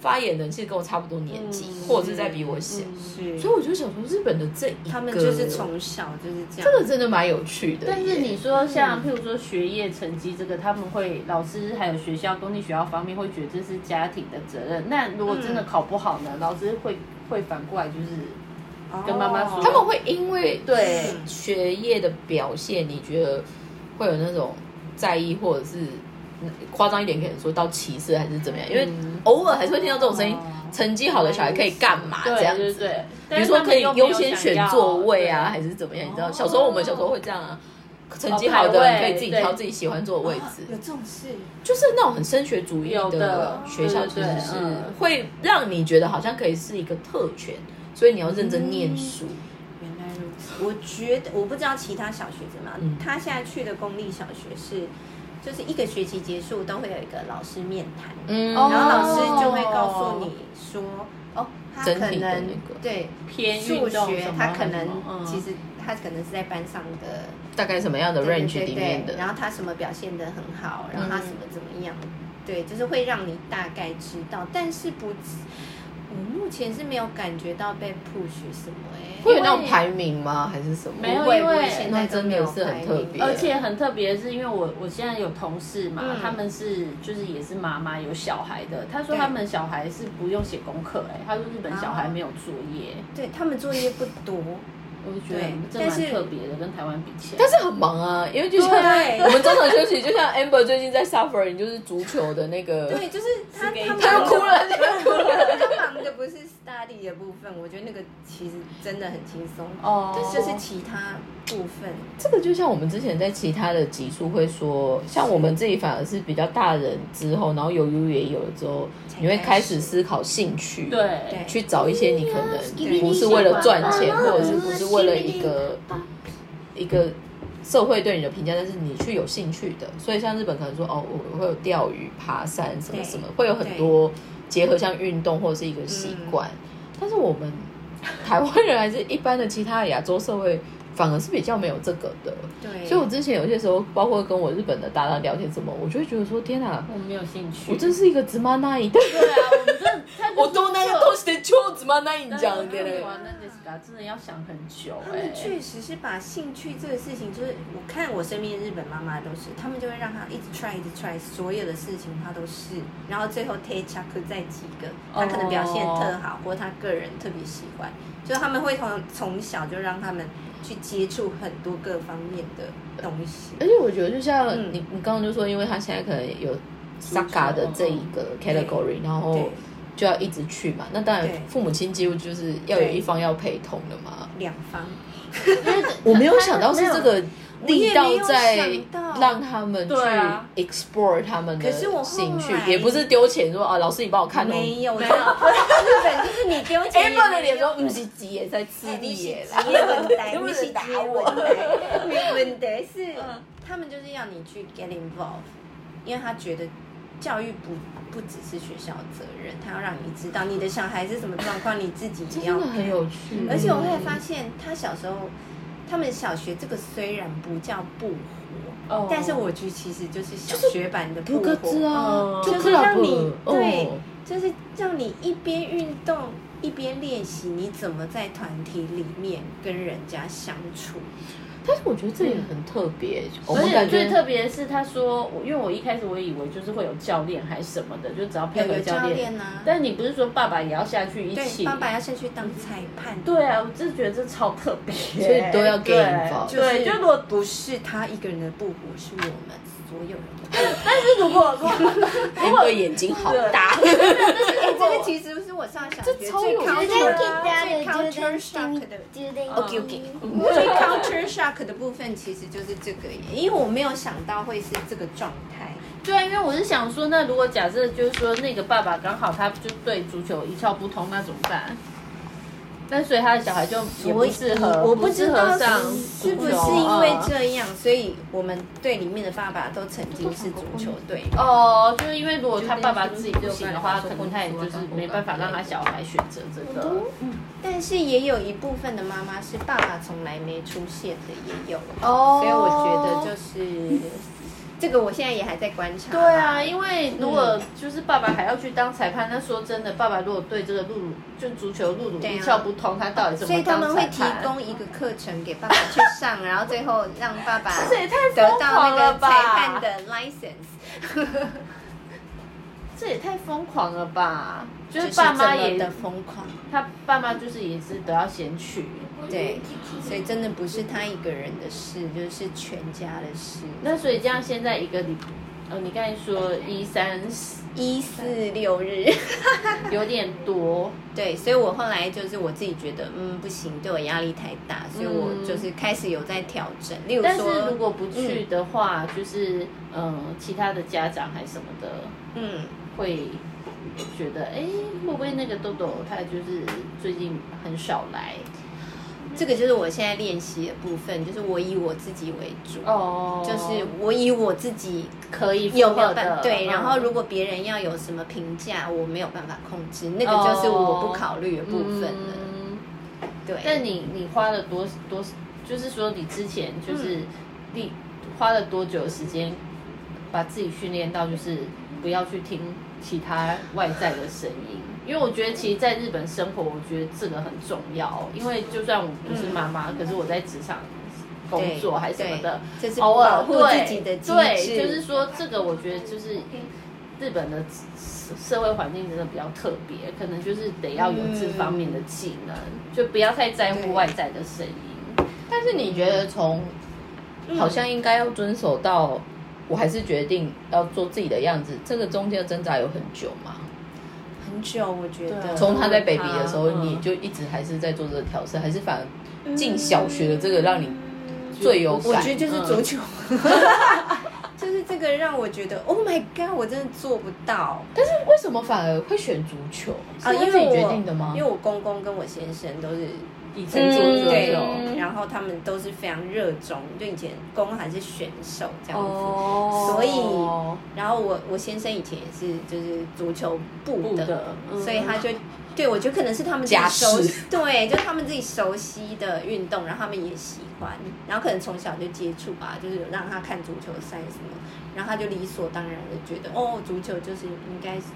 Speaker 1: 发言的人，其实跟我差不多年纪，
Speaker 2: 嗯
Speaker 1: 或者是在比我小，
Speaker 3: 是
Speaker 1: 所以我就想说，日本的这一个，
Speaker 3: 嗯他们就是从小就是这样。
Speaker 1: 这个真的蛮有趣的耶。
Speaker 2: 但是你说像譬如说学业成绩这个，他们会老师还有学校公立学校方面会觉得这是家庭的责任。那如果真的考不好
Speaker 1: 嗯
Speaker 2: 呢，老师会会反过来就是跟妈妈说
Speaker 1: 他们会因为
Speaker 2: 对
Speaker 1: 学业的表现，你觉得会有那种在意，或者是嗯夸张一点，可能说到歧视还是怎么样？因为
Speaker 2: 嗯
Speaker 1: 偶尔还是会听到这种声音
Speaker 2: 哦，
Speaker 1: 成绩好的小孩可以干嘛这样
Speaker 2: 对对
Speaker 1: 子？
Speaker 2: 对，
Speaker 1: 比
Speaker 2: 但
Speaker 1: 如
Speaker 2: 是
Speaker 1: 说
Speaker 2: 他
Speaker 1: 可
Speaker 2: 们
Speaker 1: 以
Speaker 2: 又没有
Speaker 1: 优先选座位啊，还是怎么样？你知道，小时候我们小时候会这样啊。成绩好的
Speaker 2: 哦
Speaker 1: 人
Speaker 2: 排位
Speaker 1: 可以自己
Speaker 2: 对
Speaker 1: 挑自己喜欢坐的位置，
Speaker 3: 有这种事，
Speaker 1: 就是那种很升学主义
Speaker 2: 有
Speaker 1: 的
Speaker 2: 的
Speaker 1: 学校，其
Speaker 2: 对对
Speaker 1: 实
Speaker 2: 对
Speaker 1: 是
Speaker 2: 嗯
Speaker 1: 会让你觉得好像可以是一个特权，所以你要认真念书。
Speaker 3: 原来如此。我觉得我不知道其他小学怎么样，
Speaker 1: 嗯
Speaker 3: 他现在去的公立小学是，就是一个学期结束都会有一个老师面谈，
Speaker 1: 嗯
Speaker 2: 哦
Speaker 3: 然后老师就会告诉你说，哦，他
Speaker 1: 整
Speaker 3: 可
Speaker 1: 体的
Speaker 3: 能、
Speaker 1: 那个
Speaker 3: 对
Speaker 2: 偏运
Speaker 3: 数
Speaker 2: 动
Speaker 3: 学
Speaker 2: 什，么
Speaker 3: 他可
Speaker 2: 什
Speaker 3: 能
Speaker 2: 么嗯
Speaker 3: 其实他可能是在班上的
Speaker 1: 大概什么样的
Speaker 3: 对
Speaker 1: range
Speaker 3: 对
Speaker 1: 里
Speaker 3: 对
Speaker 1: 面的
Speaker 3: 对，然后他什么表现的很好，然后他
Speaker 1: 嗯
Speaker 3: 什么怎么样，对，就是会让你大概知道，但是不，我目前是没有感觉到被 push 什么哎、
Speaker 1: 会有那种排名吗？还是什么？
Speaker 2: 没有
Speaker 3: 不会
Speaker 2: 因
Speaker 3: 不会
Speaker 2: 为
Speaker 3: 现在
Speaker 1: 那
Speaker 3: 都
Speaker 1: 真
Speaker 3: 没
Speaker 1: 的
Speaker 3: 有
Speaker 1: 是很
Speaker 3: 排
Speaker 1: 特
Speaker 3: 名
Speaker 1: 别
Speaker 2: 而且很特别的是，因为我我现在有同事嘛，
Speaker 3: 嗯
Speaker 2: 他们是就是也是妈妈有小孩的，他说
Speaker 3: 对
Speaker 2: 他们小孩是不用写功课，哎，他说日本小孩
Speaker 1: 哦
Speaker 2: 没有作业，
Speaker 3: 对他们作业不多，
Speaker 2: 我就觉得
Speaker 3: 对
Speaker 2: 这
Speaker 3: 但
Speaker 2: 蛮
Speaker 3: 是
Speaker 2: 特别的，跟台湾比起来
Speaker 1: 但。是很忙啊，因为就像
Speaker 3: 对
Speaker 1: 我们中场休息，就像 Amber 最近在 suffering，就是足球的那个，
Speaker 3: 对，就是他
Speaker 2: 给
Speaker 3: 他们
Speaker 2: 他
Speaker 1: 又哭了
Speaker 3: 他又哭了，他忙的不是 study 的部分，我觉得那个其实真的很轻松，
Speaker 2: 哦
Speaker 3: 就是其他部分，
Speaker 1: 这个就像我们之前在其他的集数会说，像我们自己反而是比较大人之后，然后有 U 也有了之后，你会开始思考兴趣，
Speaker 2: 对，
Speaker 1: 去找一些你可能不是为了赚钱，或者是不是为了一个一个社会对你的评价，但是你去有兴趣的。所以像日本可能说哦，我会有钓鱼、爬山什么什么，会有很多结合像运动或者是一个习惯。但是我们台湾人还是一般的其他的亚洲社会。反而是比较没有这个的。
Speaker 3: 对，
Speaker 1: 所以我之前有些时候，包括跟我日本的搭档聊天什么，我就会觉得说，天哪，
Speaker 2: 我没有兴趣。
Speaker 1: 我真是一个直妈那一代。
Speaker 2: 对啊，我们真的太
Speaker 1: 我都那个东西的就直妈那一讲的。
Speaker 2: 玩那 Jessica 真的要想很久
Speaker 3: 他
Speaker 2: 哎、
Speaker 3: 们确实是把兴趣这个事情，就是我看我身边的日本妈妈都是，他们就会让她一直 try 一直 try 所有的事情，她都是，然后最后 take c h u c 再几个，她可能表现特好，或她个人特别喜欢，就是他们会从从小就让他们去接触很多各方面的东西。
Speaker 1: 而且我觉得，就像
Speaker 3: 嗯
Speaker 1: 你你刚刚就说，因为他现在可能有
Speaker 2: 足球
Speaker 1: Saka 的这一个 category，然后
Speaker 3: 对，
Speaker 1: 就要一直去嘛。那当然
Speaker 3: 对，
Speaker 1: 父母亲几乎就是要有一方要陪同的嘛。
Speaker 3: 两方
Speaker 1: 我没有想到是这个力道
Speaker 3: 我也
Speaker 1: 在
Speaker 3: 没有想到
Speaker 1: 让他们去
Speaker 2: 对啊
Speaker 1: explore 他们的
Speaker 3: 可是我后
Speaker 1: 兴趣
Speaker 3: 来，
Speaker 1: 也不是丢钱说啊，老师你帮我看哦。
Speaker 3: 没有哎
Speaker 2: 没有
Speaker 3: 日本就是你丢
Speaker 1: a
Speaker 3: 钱
Speaker 1: b 的脸说，不是急也在吃力耶啦。
Speaker 3: 嗯你
Speaker 1: 有
Speaker 3: 问题，你
Speaker 1: 没有
Speaker 3: 是
Speaker 1: 人打
Speaker 3: 接
Speaker 1: 我
Speaker 3: 问题，问题是
Speaker 2: 嗯
Speaker 3: 他们就是要你去 get involved，因为他觉得教育不不只是学校的责任，他要让你知道你的小孩是什么状况，你自己
Speaker 1: 这
Speaker 3: 也要
Speaker 1: 真的。很有趣。
Speaker 3: 而且我后来发现，他小时候，他们小学这个虽然不叫不活，
Speaker 2: 哦
Speaker 3: 但是我觉得其实就是小学版的
Speaker 1: 不
Speaker 3: 不
Speaker 1: 个字
Speaker 3: 活，
Speaker 1: 啊，
Speaker 2: 嗯
Speaker 1: 就
Speaker 3: 就
Speaker 1: club，
Speaker 3: 是让你
Speaker 1: 哦
Speaker 3: 对。就是让你一边运动一边练习，你怎么在团体里面跟人家相处。
Speaker 1: 但是我觉得这也很特别，我
Speaker 2: 而
Speaker 1: 们感
Speaker 2: 且
Speaker 1: 觉
Speaker 2: 最特别的是，他说，我因为我一开始我以为就是会有教练还是什么的，就只要配
Speaker 3: 有
Speaker 2: 合
Speaker 3: 个
Speaker 2: 教
Speaker 3: 教
Speaker 2: 练。
Speaker 3: 练啊，
Speaker 2: 但你不是说爸爸也要下去一起？
Speaker 3: 对，爸爸要先去当裁判。
Speaker 2: 对啊，我真的觉得这超特别，所
Speaker 1: 以都要 get involved
Speaker 2: 对，就如果
Speaker 3: 不是他一个人的不服，是我们所有人的不服。
Speaker 2: 但是如果说
Speaker 1: 因为眼睛好大，
Speaker 3: 哎，这个其实是我上小学最
Speaker 1: 这超有
Speaker 3: culture
Speaker 1: 趣的
Speaker 3: 最
Speaker 4: Judan kita ada
Speaker 3: culture
Speaker 4: Judan
Speaker 3: shock 的。
Speaker 4: Judan
Speaker 2: Okay,
Speaker 1: okay.
Speaker 3: 最 culture shock 的部分其实就是这个耶，因为我没有想到会是这个状态。
Speaker 2: 对啊，因为我是想说，那如果假设就是说那个爸爸刚好他就对足球一窍不通，那怎么办？那所以他的小孩就也不适合，
Speaker 3: 我不
Speaker 2: 适
Speaker 3: 知
Speaker 2: 合
Speaker 3: 道
Speaker 2: 上
Speaker 3: 是不
Speaker 2: 足
Speaker 3: 是
Speaker 2: 球
Speaker 3: 因为
Speaker 2: 啊
Speaker 3: 这样，所以我们队里面的爸爸都曾经是足球队。
Speaker 2: 哦，就是因为如果他爸爸自己不行的话，可能他也就是没办法让他小孩选择这
Speaker 3: 嗯
Speaker 2: 个。
Speaker 3: 但是也有一部分的妈妈是爸爸从来没出现的，也有。
Speaker 2: 哦
Speaker 3: 所以我觉得就是这个，我现在也还在观察。
Speaker 2: 对啊，因为如果就是爸爸还要去当裁判，那说真的，爸爸如果对这个路就足球路路
Speaker 3: 对啊
Speaker 2: 一窍不通，他到底怎
Speaker 3: 所以
Speaker 2: 么
Speaker 3: 他
Speaker 2: 当裁判？
Speaker 3: 们会提供一个课程给爸爸去上，然后最后让爸爸
Speaker 2: 这也太
Speaker 3: 得
Speaker 2: 疯
Speaker 3: 到
Speaker 2: 狂
Speaker 3: 那
Speaker 2: 了
Speaker 3: 个
Speaker 2: 吧！
Speaker 3: 裁判的 license。
Speaker 2: 这也太疯狂了吧！就
Speaker 3: 就是是
Speaker 2: 爸妈
Speaker 3: 这么
Speaker 2: 也
Speaker 3: 的疯狂，
Speaker 2: 他爸妈就是也是都要先去，
Speaker 3: 对，所以真的不是他一个人的事，就是全家的事。
Speaker 2: 那所以这样现在一个礼，呃，你刚才说一三
Speaker 3: 一四六 日，
Speaker 2: 有点多，
Speaker 3: 对，所以我后来就是我自己觉得，嗯，不行，对我压力太大，所以我就是开始有在调整。例如
Speaker 2: 但
Speaker 3: 说，
Speaker 2: 是如果不去的话，就是嗯、呃其他的家长还什么的
Speaker 3: 嗯，
Speaker 2: 会觉得，哎，会不会那个豆豆他就是最近很少来？
Speaker 3: 这个就是我现在练习的部分，就是我以我自己为主，
Speaker 2: 哦
Speaker 3: 就是我以我自己
Speaker 2: 可以
Speaker 3: 有没有
Speaker 2: 负荷的
Speaker 3: 办对，然后如
Speaker 2: 嗯
Speaker 3: 果别人要有什么评价，我没有办法控制，那个
Speaker 2: 哦
Speaker 3: 就是我不考虑的部分了。
Speaker 2: 嗯
Speaker 3: 对，
Speaker 2: 但你你花了多多，就是说你之前
Speaker 3: 嗯
Speaker 2: 就是你花了多久的时间把自己训练到，就是不要去听其他外在的声音。因为我觉得，其实在日本生活，我觉得这个很重要。因为就算我不是妈妈，可是我在职场工
Speaker 3: 嗯对
Speaker 2: 作还是什么的，
Speaker 3: 对这是
Speaker 2: 偶尔
Speaker 3: 保护
Speaker 2: 对
Speaker 3: 自己的机
Speaker 2: 对，
Speaker 3: 制
Speaker 2: 就是说这个，我觉得就是日本的社社会环境真的比较特别，可能就是得要有这方面的技能，就不要太在乎外在的声音。
Speaker 1: 但是你觉得从好像应该要遵守到，我还是决定要做自己的样子，这个中间的挣扎有很久嘛？
Speaker 3: 很久，我觉
Speaker 2: 对
Speaker 3: 得
Speaker 2: 啊
Speaker 1: 从他在 baby 的时候，
Speaker 2: 嗯
Speaker 1: 你就一直还是在做这个调试，还是反而进小学的这个让你最有
Speaker 3: 我
Speaker 1: 感嗯
Speaker 3: 觉？得就是足球， 就是这个让我觉得，Oh my God，我真的做不到
Speaker 1: 但是啊为什么反而会选足球？是他自己决定的吗？
Speaker 3: 因为我公公跟我先生都是
Speaker 2: 以成
Speaker 1: 嗯
Speaker 2: 就者
Speaker 3: 对
Speaker 2: 这种。
Speaker 1: 嗯
Speaker 3: 然后他们都是非常热衷，就以前公还是选手这样子。
Speaker 1: 哦
Speaker 3: 所以然后我我先生以前也是就是足球部
Speaker 2: 不
Speaker 3: 的，
Speaker 2: 的，嗯
Speaker 3: 所以他就对我觉得可能是他们自己
Speaker 1: 家
Speaker 3: 熟
Speaker 1: 事
Speaker 3: 悉，对，就他们自己熟悉的运动，然后他们也喜欢，然后可能从小就接触吧，就是有让他看足球赛什么，然后他就理所当然的觉得哦，足球就是应该是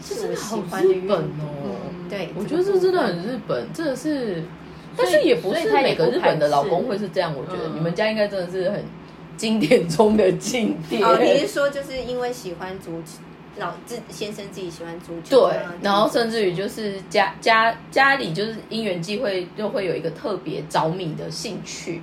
Speaker 3: 是
Speaker 1: 真
Speaker 3: 我
Speaker 1: 的好
Speaker 3: 喜欢的
Speaker 1: 日
Speaker 3: 运
Speaker 1: 本
Speaker 3: 动。
Speaker 1: 哦。
Speaker 3: 嗯对，
Speaker 1: 我
Speaker 3: 个
Speaker 1: 觉得这
Speaker 3: 部
Speaker 1: 真的
Speaker 3: 分
Speaker 1: 很日本，真的是，
Speaker 2: 所
Speaker 1: 但
Speaker 2: 以
Speaker 1: 是也不
Speaker 2: 所
Speaker 1: 是
Speaker 2: 以他也
Speaker 1: 每个
Speaker 2: 不
Speaker 1: 日本的
Speaker 2: 排斥
Speaker 1: 老公会是这样。我觉得
Speaker 2: 嗯
Speaker 1: 你们家应该真的是很 经典中的经
Speaker 2: 嗯
Speaker 1: 典。
Speaker 3: 哦，你是说就是因为喜欢足球，老自先生自己喜欢足球， 啊
Speaker 1: 对，然后甚至于就是家家家里就是因缘际会，就会有一个特别着迷的兴趣，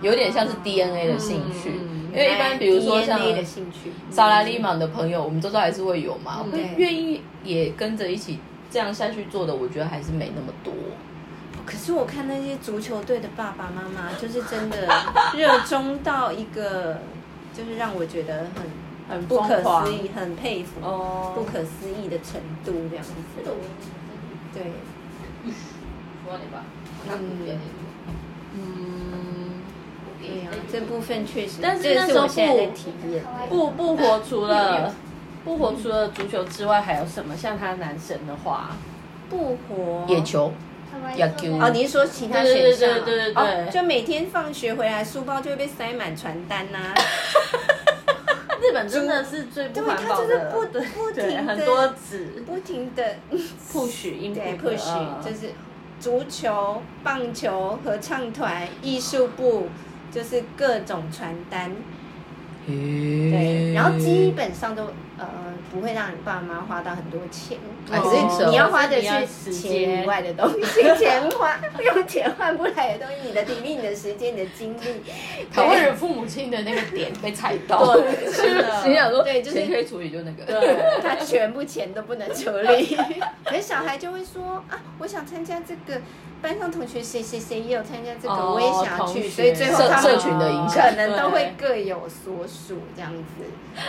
Speaker 1: 有点像是 DNA 的兴趣。
Speaker 2: 嗯哎
Speaker 1: 因为一般比如说像
Speaker 3: DNA 的兴趣，
Speaker 1: 萨拉利芒的朋友，我们周遭还是会有嘛，
Speaker 2: 嗯
Speaker 1: 会愿意也跟着一起这样下去做的，我觉得还是没那么多。
Speaker 3: 可是我看那些足球队的爸爸妈妈， 就是真的热衷到一个，就是让我觉得很
Speaker 2: 很
Speaker 3: 不可
Speaker 2: 疯狂
Speaker 3: 思议，很佩服，
Speaker 2: 哦
Speaker 3: 不可思议的程度这样子。对，嗯，
Speaker 2: 嗯，
Speaker 3: 对呀、这部分确实，
Speaker 2: 但是
Speaker 3: 这
Speaker 2: 那时候
Speaker 3: 我现在在
Speaker 2: 不
Speaker 3: 体验。
Speaker 2: 不不活除了不活除了足球之外还有什么？像他男神的话，
Speaker 3: 不活
Speaker 1: 野球，野球
Speaker 3: 哦，你是说其他
Speaker 2: 对
Speaker 3: 选
Speaker 2: 对
Speaker 3: 项啊？
Speaker 2: 对对对对
Speaker 3: 哦，就每天放学回来，书包就会被塞满传单啊呐、
Speaker 2: 日本真的是最不环保
Speaker 3: 对他就
Speaker 2: 的，
Speaker 3: 是不
Speaker 2: 对
Speaker 3: 不停
Speaker 2: 对
Speaker 3: 地
Speaker 2: 很多纸
Speaker 3: 不停的
Speaker 2: push 音
Speaker 3: 对
Speaker 2: push，
Speaker 3: push，就是足球、棒球、合唱团、艺术部，就是各种传单。对，然后基本上都呃不会让你爸妈花到很多钱，
Speaker 1: 哎
Speaker 3: 可是你要花的
Speaker 2: 你要
Speaker 3: 哦是
Speaker 2: 时
Speaker 3: 钱以
Speaker 2: 间
Speaker 3: 外的东西，钱花 用钱换不来的东西，你的体力、你的时间、你的精 力，
Speaker 1: 台湾
Speaker 3: 对
Speaker 1: 人父母亲的那个点被踩到，
Speaker 2: 对真的
Speaker 1: 心想说，
Speaker 3: 对就是
Speaker 1: 钱可以处理就那个，
Speaker 2: 对，
Speaker 3: 他全部钱都不能处理。 可是小孩就会说啊，我想参加这个，班上同学谁谁谁也有参加这个，
Speaker 2: 哦
Speaker 3: 我也想要
Speaker 2: 同
Speaker 3: 去，
Speaker 2: 学
Speaker 3: 所以最后
Speaker 1: 社
Speaker 3: 他
Speaker 1: 社
Speaker 3: 们
Speaker 1: 群的影响
Speaker 3: 可。能都会各有所属这样子。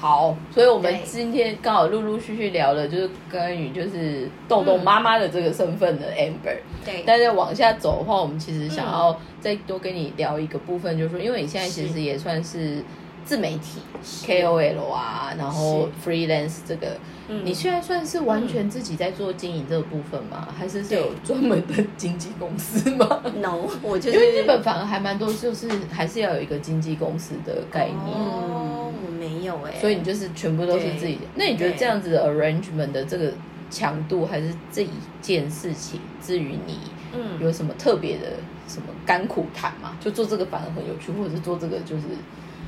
Speaker 1: 好，所以我们
Speaker 3: 对
Speaker 1: 今天刚好陆陆续续聊了，就是关于就是豆豆妈妈的这个身份的 Amber，、
Speaker 3: 对，
Speaker 1: 但是往下走的话，我们其实想要再多跟你聊一个部分，就是说，因为你现在其实
Speaker 3: 是
Speaker 1: 也算是自媒体 KOL 啊，然后 freelance 这个，
Speaker 3: 嗯
Speaker 1: 你现在算是完全自己在做经营这个部分吗？
Speaker 3: 嗯
Speaker 1: 还是是有专门的经纪公司吗？
Speaker 3: no，我 就
Speaker 1: 因
Speaker 3: 是
Speaker 1: 为日本反而还蛮多，就是还是要有一个经纪公司的概念。
Speaker 3: 哦，我没有哎、
Speaker 1: 所以你就是全部都是自己的
Speaker 3: 对。
Speaker 1: 那你觉得这样子的 arrangement 的这个强度，还是这一件事情？至于你
Speaker 3: 嗯，
Speaker 1: 有什么特别的什么甘苦谈嘛？就做这个反而很有趣，或者是做这个就是，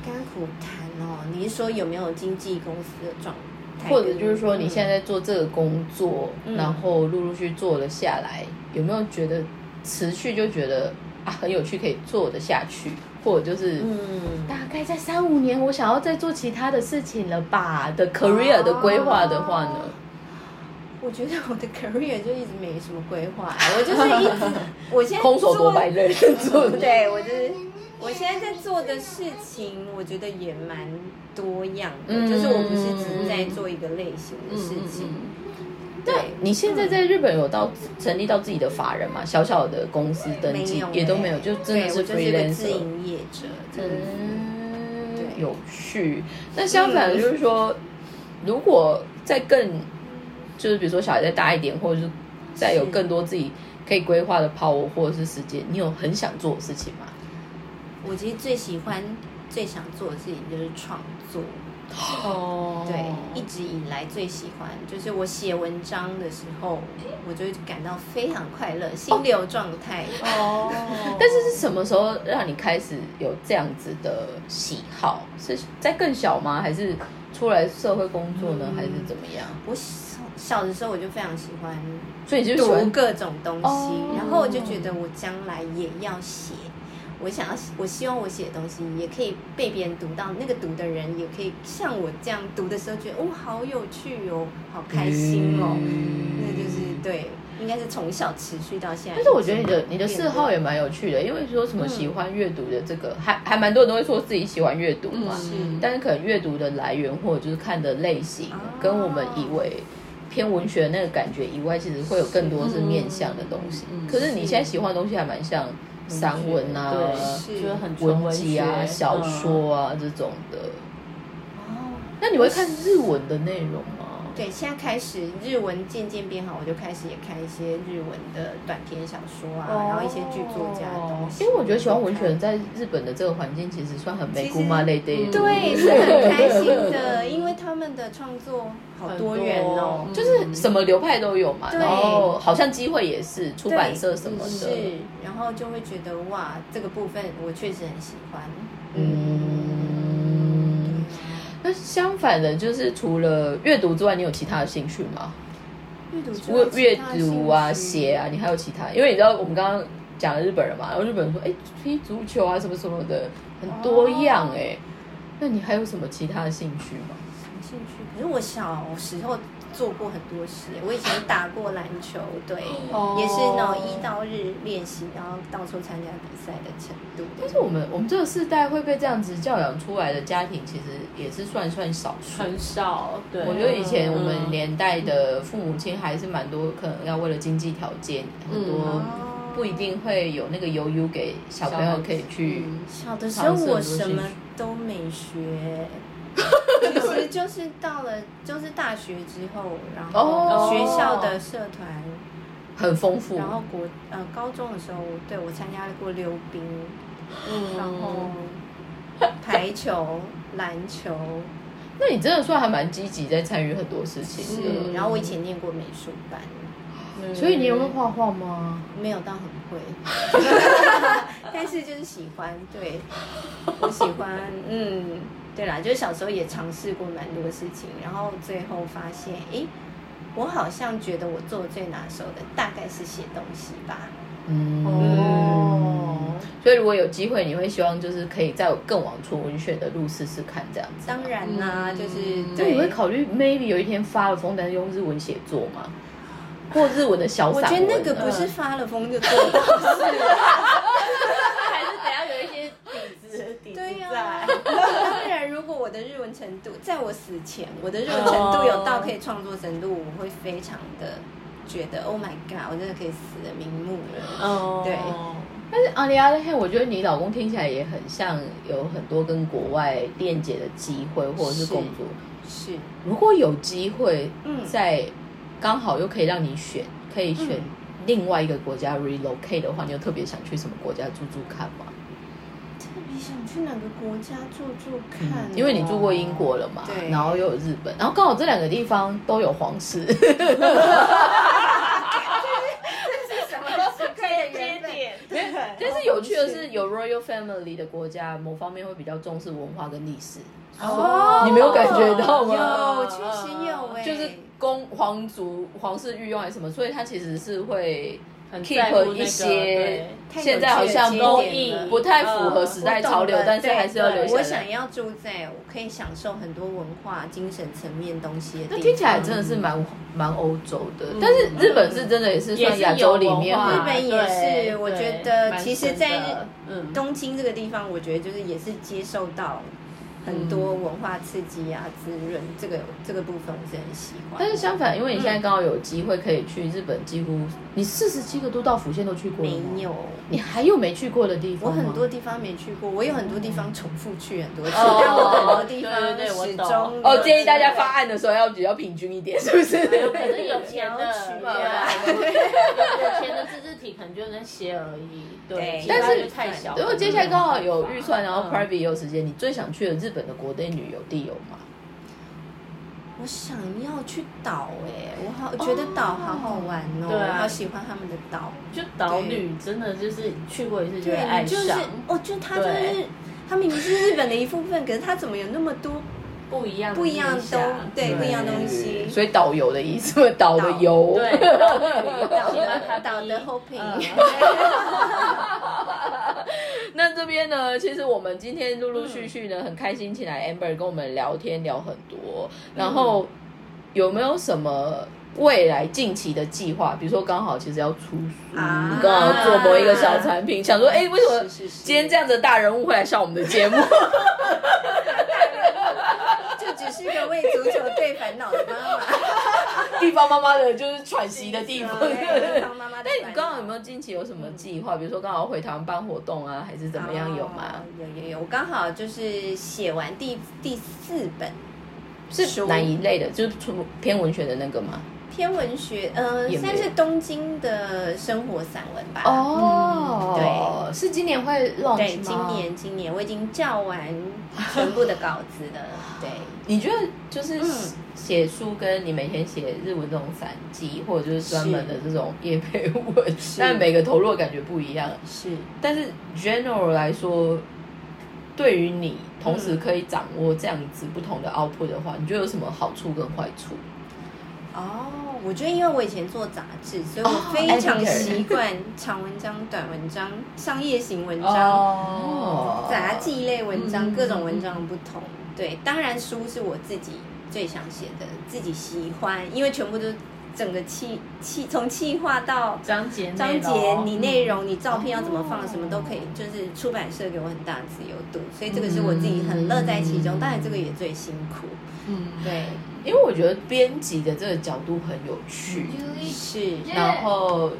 Speaker 3: 甘苦谈哦，你是说有没有经纪公司的状态？
Speaker 1: 或者就是说你现在在做这个工作，
Speaker 3: 嗯
Speaker 1: 然后陆陆续做了下来，有没有觉得持续就觉得啊很有趣，可以做得下去，或者就是。
Speaker 3: 嗯。
Speaker 1: 大概在三五年，我想要再做其他的事情了吧的 career 的规划的话呢？
Speaker 3: 我觉得我的 career 就一直没什么规划，我就是一 直，我现在
Speaker 1: 空手夺白刃 做的。
Speaker 3: 对我就是，我现在在做的事情，我觉得也蛮多样的，
Speaker 1: 嗯
Speaker 3: 就是我不是只是在做一个类型的事情。对，
Speaker 1: 你现在在日本有到成立到自己的法
Speaker 2: 嗯
Speaker 1: 人嘛？小小的公司登
Speaker 3: 没
Speaker 1: 记
Speaker 3: 有欸
Speaker 1: 也都没有，就真的
Speaker 3: 对我
Speaker 1: 是
Speaker 3: 就是一个自
Speaker 1: freelancer。
Speaker 3: 营业者，这样子
Speaker 1: 嗯，
Speaker 3: 对
Speaker 1: 有趣。那相反的就是说，如果再更就是比如说小孩再大一点，或者是再有
Speaker 3: 是
Speaker 1: 更多自己可以规划的 power 或者是时间，你有很想做的事情吗？
Speaker 3: 我其实最喜欢、最想做的事情就是创作。
Speaker 2: 哦，
Speaker 3: 对，一直以来最喜欢就是我写文章的时候，我就会感到非常快乐，心流状态。
Speaker 2: 哦，
Speaker 1: 但是是什么时候让你开始有这样子的喜好？是在更小吗？还是出来社会工作呢？还是怎么样？
Speaker 3: 我小小的时候我就非常喜欢
Speaker 1: 所以你就喜
Speaker 3: 读
Speaker 1: 欢
Speaker 3: 各种东西
Speaker 1: 哦，
Speaker 3: 然后我就觉得我将来也要写。我想要写，我希望我写的东西也可以被别人读到，那个读的人也可以像我这样读的时候觉得，哦，好有趣哦，好开心哦。
Speaker 1: 嗯
Speaker 3: 那就是对，应该是从小持续到现在。
Speaker 1: 但是我觉得你的你的嗜好也蛮有趣的，因为说什么喜欢阅读的这个，还还蛮多人都会说自己喜欢阅读嘛，
Speaker 2: 嗯
Speaker 1: 但是可能阅读的来源或者就是看的类型
Speaker 3: 哦，
Speaker 1: 跟我们以为偏文学的那个感觉以外，其实会有更多是面向的东西。
Speaker 2: 嗯嗯嗯嗯
Speaker 1: 可是你现在喜欢的东西还蛮像散文啊、
Speaker 2: 对，
Speaker 3: 是
Speaker 2: 就是很纯
Speaker 1: 文集啊、
Speaker 2: 学嗯
Speaker 1: 小说啊、这种的。那你会看日文的内容吗？
Speaker 3: 哦对，现在开始日文渐渐变好，我就开始也看一些日文的短篇小说啊，
Speaker 2: 哦
Speaker 3: 然后一些剧作家的东
Speaker 1: 哦
Speaker 3: 西。
Speaker 1: 因为我觉得喜欢文学人在日本的这个环境，其实算嗯很美姑妈类的。
Speaker 3: 对，是很开心的，因为他们的创作好
Speaker 2: 很
Speaker 3: 多元哦。
Speaker 1: 就是什么流派都有嘛，
Speaker 3: 对
Speaker 1: 然后好像机会也是出版社什么
Speaker 3: 是
Speaker 1: 的，，
Speaker 3: 然后就会觉得哇，这个部分我确实很喜欢。
Speaker 1: 嗯。那相反的，就是除了阅读之外，你有其他的兴趣吗？
Speaker 3: 阅读之外
Speaker 1: 阅阅
Speaker 3: 其他
Speaker 1: 读啊、
Speaker 3: 兴趣
Speaker 1: 写啊，你还有其他？因为你知道我们刚刚讲了日本人嘛，然后日本人说，哎、踢足球啊什么什么的，很多样哎、那你还有什么其他的兴趣吗？
Speaker 3: 兴趣。可是我小时候做过很多事，我以前打过篮球队，
Speaker 2: 哦
Speaker 3: 也是那种一到日练习，然后到处参加比赛的程度
Speaker 1: 但
Speaker 3: 的。
Speaker 1: 是我们我们这个世代会被这样子教养出来的家庭，其实也是算算少数。
Speaker 2: 很少。对，
Speaker 1: 我觉得以前我们
Speaker 2: 嗯
Speaker 1: 年代的父母亲还是蛮多，可能要为了经济条件，很多
Speaker 3: 哦
Speaker 1: 不一定会有那个悠悠给小朋友可以去。
Speaker 2: 嗯
Speaker 3: 小的时候我什么都没学，其实就是到了就是大学之后，然
Speaker 1: 哦
Speaker 3: 后学校的社团，
Speaker 1: 很丰富，
Speaker 3: 然后国呃高中的时候，对我参加过溜冰，然
Speaker 2: 哦
Speaker 3: 后排球、篮球，
Speaker 1: 那你真的算还蛮积极，在参与很多事情的。
Speaker 3: 对，然后我以前念过美术班，
Speaker 2: 嗯
Speaker 1: 所以你有会画画吗？
Speaker 3: 没有到很 会，但是就是喜欢，对，我喜 欢，嗯，对啦，就是小时候也尝试过蛮多事情，然后最后发现，诶，我好像觉得我做的最拿手的大概是写东西吧，
Speaker 1: 嗯。
Speaker 2: 哦，
Speaker 1: 所以如果有机会，你会希望就是可以在更往纯文学的路试试看，这样子。
Speaker 3: 当然啦，
Speaker 2: 嗯
Speaker 3: 就是
Speaker 1: 那
Speaker 2: 那
Speaker 1: 你会
Speaker 3: 对。
Speaker 1: 考虑 maybe 有一天发了疯，但是用日文写作吗？或日文的小
Speaker 3: 我
Speaker 1: 散
Speaker 3: 觉
Speaker 1: 文嗯
Speaker 3: 得
Speaker 1: 呢？
Speaker 3: 那个不是发了疯就做到 的事，
Speaker 2: 还是得要有一些底子，底子
Speaker 3: 对呀、
Speaker 2: 在。
Speaker 1: 啊
Speaker 3: 当然，如果我的日文程度，在我死前，我的日
Speaker 1: 哦
Speaker 3: 文程度有到可以创作程度，我会非常的觉得，Oh my God，我真的可以死的瞑目了。
Speaker 2: 哦
Speaker 3: 对
Speaker 1: 但是阿里阿黑，我觉得你老公听起来也很像有很多跟国外链接的机会或者是工作。
Speaker 3: 是，
Speaker 1: 如果有机会，
Speaker 3: 嗯
Speaker 1: 在刚好又可以让你选，可以选
Speaker 3: 嗯
Speaker 1: 另外一个国家 relocate 的话，你有特别想去什么国家住住看吗？
Speaker 3: 特别想去哪个国家住住看哦、
Speaker 1: 因为你住过英国了嘛，
Speaker 3: 对
Speaker 1: 然后又有日本，然后刚好这两个地方都有皇室，
Speaker 3: 是什么奇怪的缘分？
Speaker 2: 对，
Speaker 1: 但是有趣的是，有 royal family 的国家，某方面会比较重视文化跟历史，
Speaker 3: 哦
Speaker 1: 你没有感觉到
Speaker 2: 吗
Speaker 3: 有，确实有哎、
Speaker 1: 就是公皇族皇室御用还是什么，所以他其实是会
Speaker 2: 很在乎
Speaker 1: keep
Speaker 2: 那个
Speaker 1: 一些
Speaker 2: 对
Speaker 3: 太有
Speaker 1: 现在好像
Speaker 3: 趣的
Speaker 1: 不
Speaker 3: 节点了嗯
Speaker 1: 不太符合时代潮流
Speaker 3: 我，懂了
Speaker 1: 但是还是要留
Speaker 3: 对
Speaker 1: 下来。
Speaker 3: 我想要住在我可以享受很多文化、精神层面东西的地
Speaker 1: 那
Speaker 3: 方。嗯
Speaker 1: 听起来真的是蛮蛮欧洲的，但是日本是真的也是算亚洲里面啊
Speaker 3: 文
Speaker 1: 很
Speaker 3: 化日本也是
Speaker 2: 对
Speaker 3: 我
Speaker 2: 对
Speaker 3: 觉得
Speaker 2: 哦蛮
Speaker 3: 其实
Speaker 2: 神的
Speaker 3: 在
Speaker 2: 嗯
Speaker 3: 东京这个地方，我觉得就是也是接受到很多文化刺激啊、滋润，这个这个部分我是很喜欢。
Speaker 1: 但是相反，因为你
Speaker 3: 嗯
Speaker 1: 现在刚好有机会可以去日本，几乎你四十七个都道府县都去过了吗
Speaker 3: 没有，
Speaker 1: 你还有没去过的地
Speaker 3: 我
Speaker 1: 方吗？
Speaker 3: 很多地方没去过，我有很多地方重复去很多次，
Speaker 2: 哦
Speaker 3: 但我很多地方
Speaker 2: 对对对我
Speaker 3: 始
Speaker 2: 懂
Speaker 3: 终
Speaker 1: 哦，建议大家发案的时候要比较平均一点，是不是？
Speaker 2: 有可能有钱的，
Speaker 3: 对
Speaker 2: 对啊有有钱的自制体可能就能写而已，
Speaker 3: 对
Speaker 2: 对，其
Speaker 1: 但
Speaker 2: 他
Speaker 1: 是
Speaker 2: 就太小了。
Speaker 1: 如果接下来刚好有预算，然后
Speaker 2: 嗯
Speaker 1: private 也有时间，你最想去的日本的国内旅游地有吗？
Speaker 3: 我想要去岛哎、我好我觉得岛好好玩哦，
Speaker 2: 对啊
Speaker 3: 我好喜欢他们的岛。
Speaker 2: 就岛旅真的就是去过一次就会
Speaker 3: 对，
Speaker 2: 爱
Speaker 3: 你就是
Speaker 2: 上，
Speaker 3: 哦，就它就是
Speaker 2: 对
Speaker 3: 它明明是日本的一部分，可是它怎么有那么多
Speaker 2: 不一样的
Speaker 3: 不一样的
Speaker 2: 面向
Speaker 3: 东对不一样的东西
Speaker 1: 所以导游的意思，导的游。
Speaker 2: 对，
Speaker 3: 岛
Speaker 2: 岛
Speaker 3: 的
Speaker 2: 的
Speaker 3: 岛的后品？ 嗯
Speaker 1: 那这边呢，其实我们今天陆陆续续呢，很开心请来 Amber 跟我们聊天聊很多，然后有没有什么未来近期的计划？比如说刚好其实要出书，
Speaker 3: 啊
Speaker 1: 你刚好做某一个小产品，想说哎、为什么
Speaker 3: 是是是
Speaker 1: 今天这样子的大人物会来上我们的节目？
Speaker 3: 就只是个为足球队烦恼的妈妈。
Speaker 1: 地方妈妈的就是喘息的地方。
Speaker 3: 对当妈妈的烦恼。
Speaker 1: 但你刚好有没有近期有什么计划？比如说刚好回台湾办活动啊，还是怎么样？有吗
Speaker 3: 哦？有有有，我刚好就是写完第第四本
Speaker 1: 是哪一类的？就是纯偏文学的那个吗？
Speaker 3: 偏文学，呃，
Speaker 1: 也没有
Speaker 3: 算是东京的生活散文吧。，
Speaker 1: 哦，对，是今年会 launch 吗？
Speaker 3: 对，今年今年我已经校完全部的稿子了。对，
Speaker 1: 你觉得就是
Speaker 3: 嗯
Speaker 1: 写书跟你每天写日文这种散记，或者就是专门的这种叶配文，但每个投入的感觉不一样。
Speaker 3: 是
Speaker 1: 但是 general 来说，对于你同时可以掌握这样子不同的 output 的话，你觉得有什么好处跟坏处？
Speaker 3: 哦，我觉得因为我以前做杂志，所以我
Speaker 1: 哦
Speaker 3: 非常
Speaker 1: editor
Speaker 3: 习惯长文章、短文章、商业型文章、
Speaker 1: 哦
Speaker 3: 杂技类文章、
Speaker 2: 嗯
Speaker 3: 各种文章的不同。对，当然书是我自己最想写的，自己喜欢，因为全部都整个气气从气化到
Speaker 2: 章节内
Speaker 3: 章
Speaker 2: 容
Speaker 3: 节、你内容、你照片要怎么
Speaker 1: 哦
Speaker 3: 放，什么都可以，就是出版社给我很大的自由度，所以这个是我自己很乐在其中。
Speaker 1: 嗯
Speaker 3: 当然，这个也最辛苦，
Speaker 2: 嗯，
Speaker 3: 对，
Speaker 1: 因为我觉得编辑的这个角度很有趣，
Speaker 3: 嗯是
Speaker 1: 然后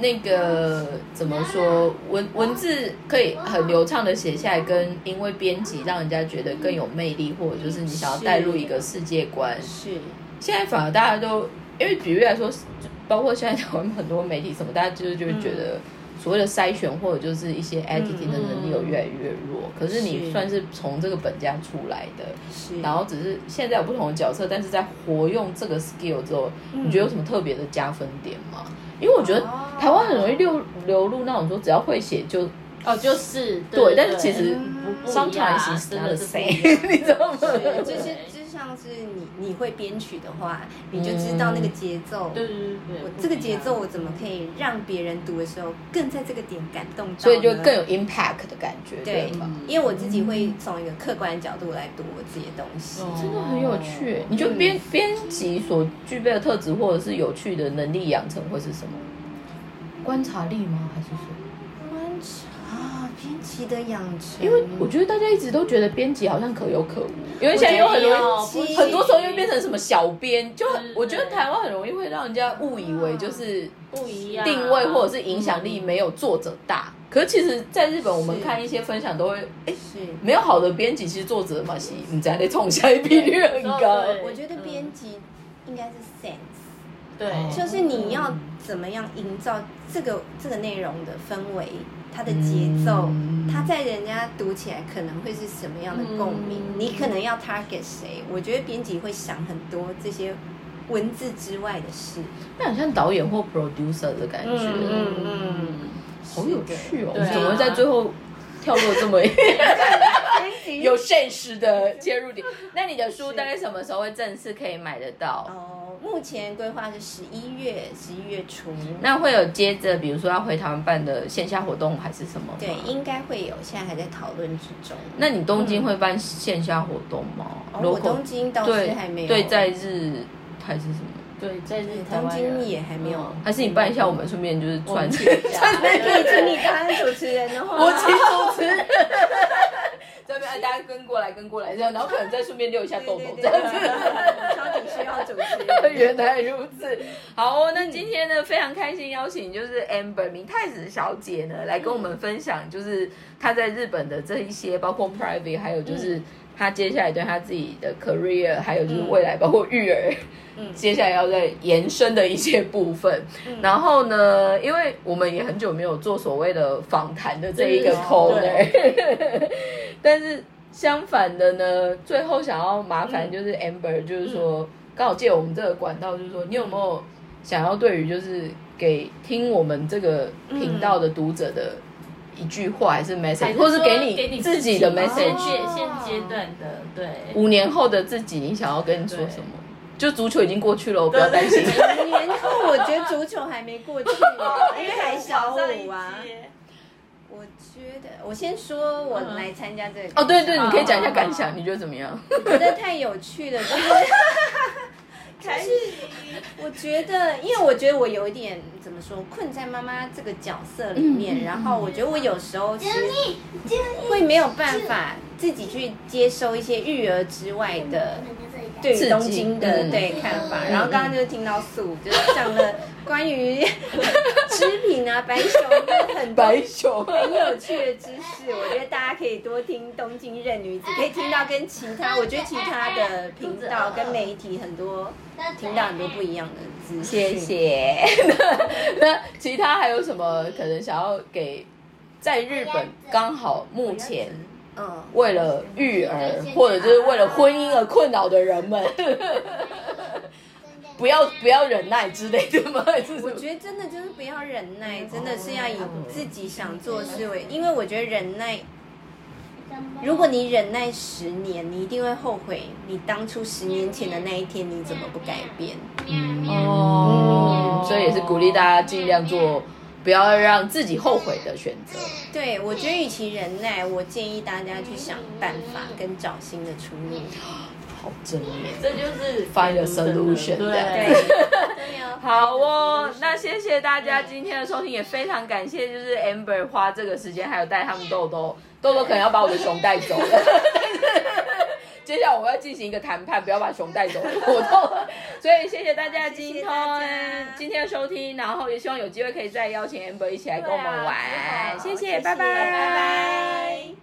Speaker 1: 那个怎么说文文字可以很流畅的写下来，跟因为编辑让人家觉得更有魅力，或者就是你想要带入一个世界观。
Speaker 3: 是，
Speaker 1: 现在反而大家都因为比喻来说，包括现在台湾很多媒体什么，大家就是就会觉
Speaker 3: 嗯
Speaker 1: 得所谓的筛选或者就是一些 editing 的能力有越来越弱。可是你
Speaker 3: 嗯是
Speaker 1: 算是从这个本家出来的，
Speaker 3: 是，
Speaker 1: 然后只是现在有不同的角色，但是在活用这个 skill 之后，
Speaker 3: 嗯
Speaker 1: 你觉得有什么特别的加分点吗？因为我觉得台湾很容易流流入那种说只要会写就
Speaker 2: 哦，就是
Speaker 1: 对，但是其实
Speaker 2: 不不一样
Speaker 1: sometimes
Speaker 2: 啊
Speaker 1: it's
Speaker 2: 真
Speaker 1: not
Speaker 2: 的
Speaker 1: the
Speaker 2: 是
Speaker 1: same，
Speaker 2: 不一
Speaker 1: 你
Speaker 2: 样
Speaker 1: 知道吗？
Speaker 2: 是
Speaker 3: 就
Speaker 2: 对
Speaker 3: 是就像是你你会编曲的话，你就知道那
Speaker 1: 嗯
Speaker 3: 个节奏。
Speaker 2: 对对对对
Speaker 3: 我
Speaker 2: 不一样
Speaker 3: 这个节奏我怎么可以让别人读的时候更在这个点感动到呢？
Speaker 1: 所以就更有 impact 的感觉，
Speaker 3: 对
Speaker 1: 吧？
Speaker 2: 嗯
Speaker 3: 因为我自己会从一个客观的角度来读我自己的东西。
Speaker 2: 哦
Speaker 1: 真的很有趣，你就编编辑所具备的特质或者是有趣的能力养成会是什么？观察力吗？还是什么？
Speaker 3: 观察啊编辑的养成，
Speaker 1: 因为我觉得大家一直都觉得编辑好像可有可无，因为现在又很容
Speaker 2: 我觉得有嗯
Speaker 1: 易
Speaker 2: 不
Speaker 3: 是
Speaker 1: 很多时候又变成什么小编，就很
Speaker 2: 对对
Speaker 1: 我觉得台湾很容易会让人家误以为就是
Speaker 2: 不一样
Speaker 1: 定位或者是影响力没有作者大。可是其实，在日本我们
Speaker 3: 嗯是
Speaker 1: 看一些分享都会，哎，
Speaker 3: 是。
Speaker 1: 没有好的编辑，其实作者嘛是你在那冲下一比率很高。
Speaker 2: 对
Speaker 3: 我觉
Speaker 1: 嗯
Speaker 3: 得编辑应该是 sense，、
Speaker 2: 对，
Speaker 1: 哦
Speaker 3: 就是你要怎么样营造这个这个内容的氛围，它的节奏，
Speaker 1: 嗯
Speaker 3: 它在人家读起来可能会是什么样的共鸣，
Speaker 2: 嗯
Speaker 3: 你可能要 target 谁？我觉得编辑会想很多这些文字之外的事。
Speaker 1: 那很像导演或 producer 的感觉，
Speaker 3: 嗯嗯
Speaker 1: 好有趣哦！
Speaker 2: 对啊
Speaker 1: 怎么会在最后跳落 这么一
Speaker 3: 嗯
Speaker 1: 有现实的切入点？那你的书大概什么时候会正式可以买得到？
Speaker 3: 哦，目前规划是十一月，十一月初。
Speaker 1: 那会有接着，比如说要回台湾办的线下活动还是什么吗？
Speaker 3: 对，应该会有，现在还在讨论之中。
Speaker 1: 那你东京会办线下活动吗？
Speaker 3: 嗯哦，我东京倒是
Speaker 1: 对
Speaker 3: 还没有。
Speaker 1: 对在日还是什么？
Speaker 2: 对，在日台
Speaker 3: 东
Speaker 2: 湾人
Speaker 3: 京也还没有
Speaker 2: 嗯
Speaker 1: 还是你办一下，我们顺便就是
Speaker 2: 我
Speaker 1: 串
Speaker 2: 们去一下
Speaker 3: 那可以请你当主持人的话，
Speaker 1: 我请主持人。这边哎大家跟过来，跟过来这样，然后可能再顺便溜一下
Speaker 3: 对
Speaker 1: 豆
Speaker 3: 对
Speaker 1: 豆
Speaker 3: 对
Speaker 1: 这样子。
Speaker 3: 对超级需要主持 人。
Speaker 1: 原来如此，好哦。那今天呢，非常开心邀请就是 Amber 明太子小姐呢，来跟我们分享，就是她在日本的这一些，包括 private，还有就是她接下来对她自己的 career，还有就是未来包括育儿，
Speaker 3: 嗯
Speaker 1: 接下来要再延伸的一些部分。然后呢，因为我们也很久没有做所谓的访谈的这一个
Speaker 2: 对
Speaker 1: corner，但 是相反的呢，最后想要麻烦就是 Amber，就是说刚好借我们这个管道，就是说你有没有想要对于就是给听我们这个频道的读者的一句话，还是 message，或是
Speaker 2: 说
Speaker 1: 给你自己的
Speaker 2: 现
Speaker 1: message，
Speaker 2: 阶
Speaker 3: 哦
Speaker 2: 现阶段的对。
Speaker 1: 五年后的自己，你想要跟你说什么？就足球已经过去了，不要担 心。
Speaker 3: 五年后，我觉得足球还没过去呢，因为还小五啊。我觉得，我先说我来参加这 个
Speaker 1: 哦，对对，
Speaker 2: 哦
Speaker 1: 你可以讲一下感
Speaker 2: 哦哦
Speaker 1: 想，你觉得怎么样？
Speaker 3: 我觉得太有趣了， 就是
Speaker 2: 开心，
Speaker 3: 我觉得，因为我觉得我有一点怎么说，困在妈妈这个角色里面，
Speaker 1: 嗯嗯嗯
Speaker 3: 然后我觉得我有时候其实
Speaker 4: 就
Speaker 1: 嗯
Speaker 3: 会没有办法自己去接收一些育儿之外的对于
Speaker 1: 刺激
Speaker 3: 东京的
Speaker 1: 嗯
Speaker 3: 对看法。然后刚刚就听到素就是讲了关 于织品啊、白熊的很多
Speaker 1: 白熊，
Speaker 3: 很有趣的知识，我觉得大家可以多听《东京任女子》，可以听到跟其 他，我觉得其他的频道跟媒体很多听到很多不一样的资
Speaker 1: 谢
Speaker 3: 讯。
Speaker 1: 谢。那其他还有什么可能想要给在日本刚好目前
Speaker 3: 嗯，
Speaker 1: 为了育儿或者就是为了婚姻而困扰的人们， 不要不要忍耐之类的吗？还是什么
Speaker 3: 我觉得真的就是不要忍耐，真的是要以自己想做思维，因为我觉得忍耐，如果你忍耐十年，你一定会后悔，你当初十年前的那一天你怎么不改变？
Speaker 1: 哦，所以也是鼓励大家尽量做，不要让自己后悔的选择。
Speaker 3: 对我觉得与其忍耐，我建议大家去想办法跟找新的出路。
Speaker 1: 好正面。
Speaker 2: 这就是
Speaker 1: Find a solution，这样
Speaker 2: 对
Speaker 3: 对，真的要
Speaker 1: 好哦，那谢谢大家今天的收听，也非常感谢就是 Amber 花这个时间，还有带他们豆豆，豆豆可能要把我的熊带走了， 但是接下来我要进行一个谈判，不要把熊带走的活动，所以谢谢大家的今
Speaker 3: 谢
Speaker 1: 天
Speaker 3: 谢大家
Speaker 1: 今天的收听，然后也希望有机会可以再邀请 Amber 一起来跟我们
Speaker 2: 对啊
Speaker 1: 玩，
Speaker 2: 好
Speaker 1: 谢
Speaker 3: 谢谢，
Speaker 1: 拜
Speaker 3: 拜拜。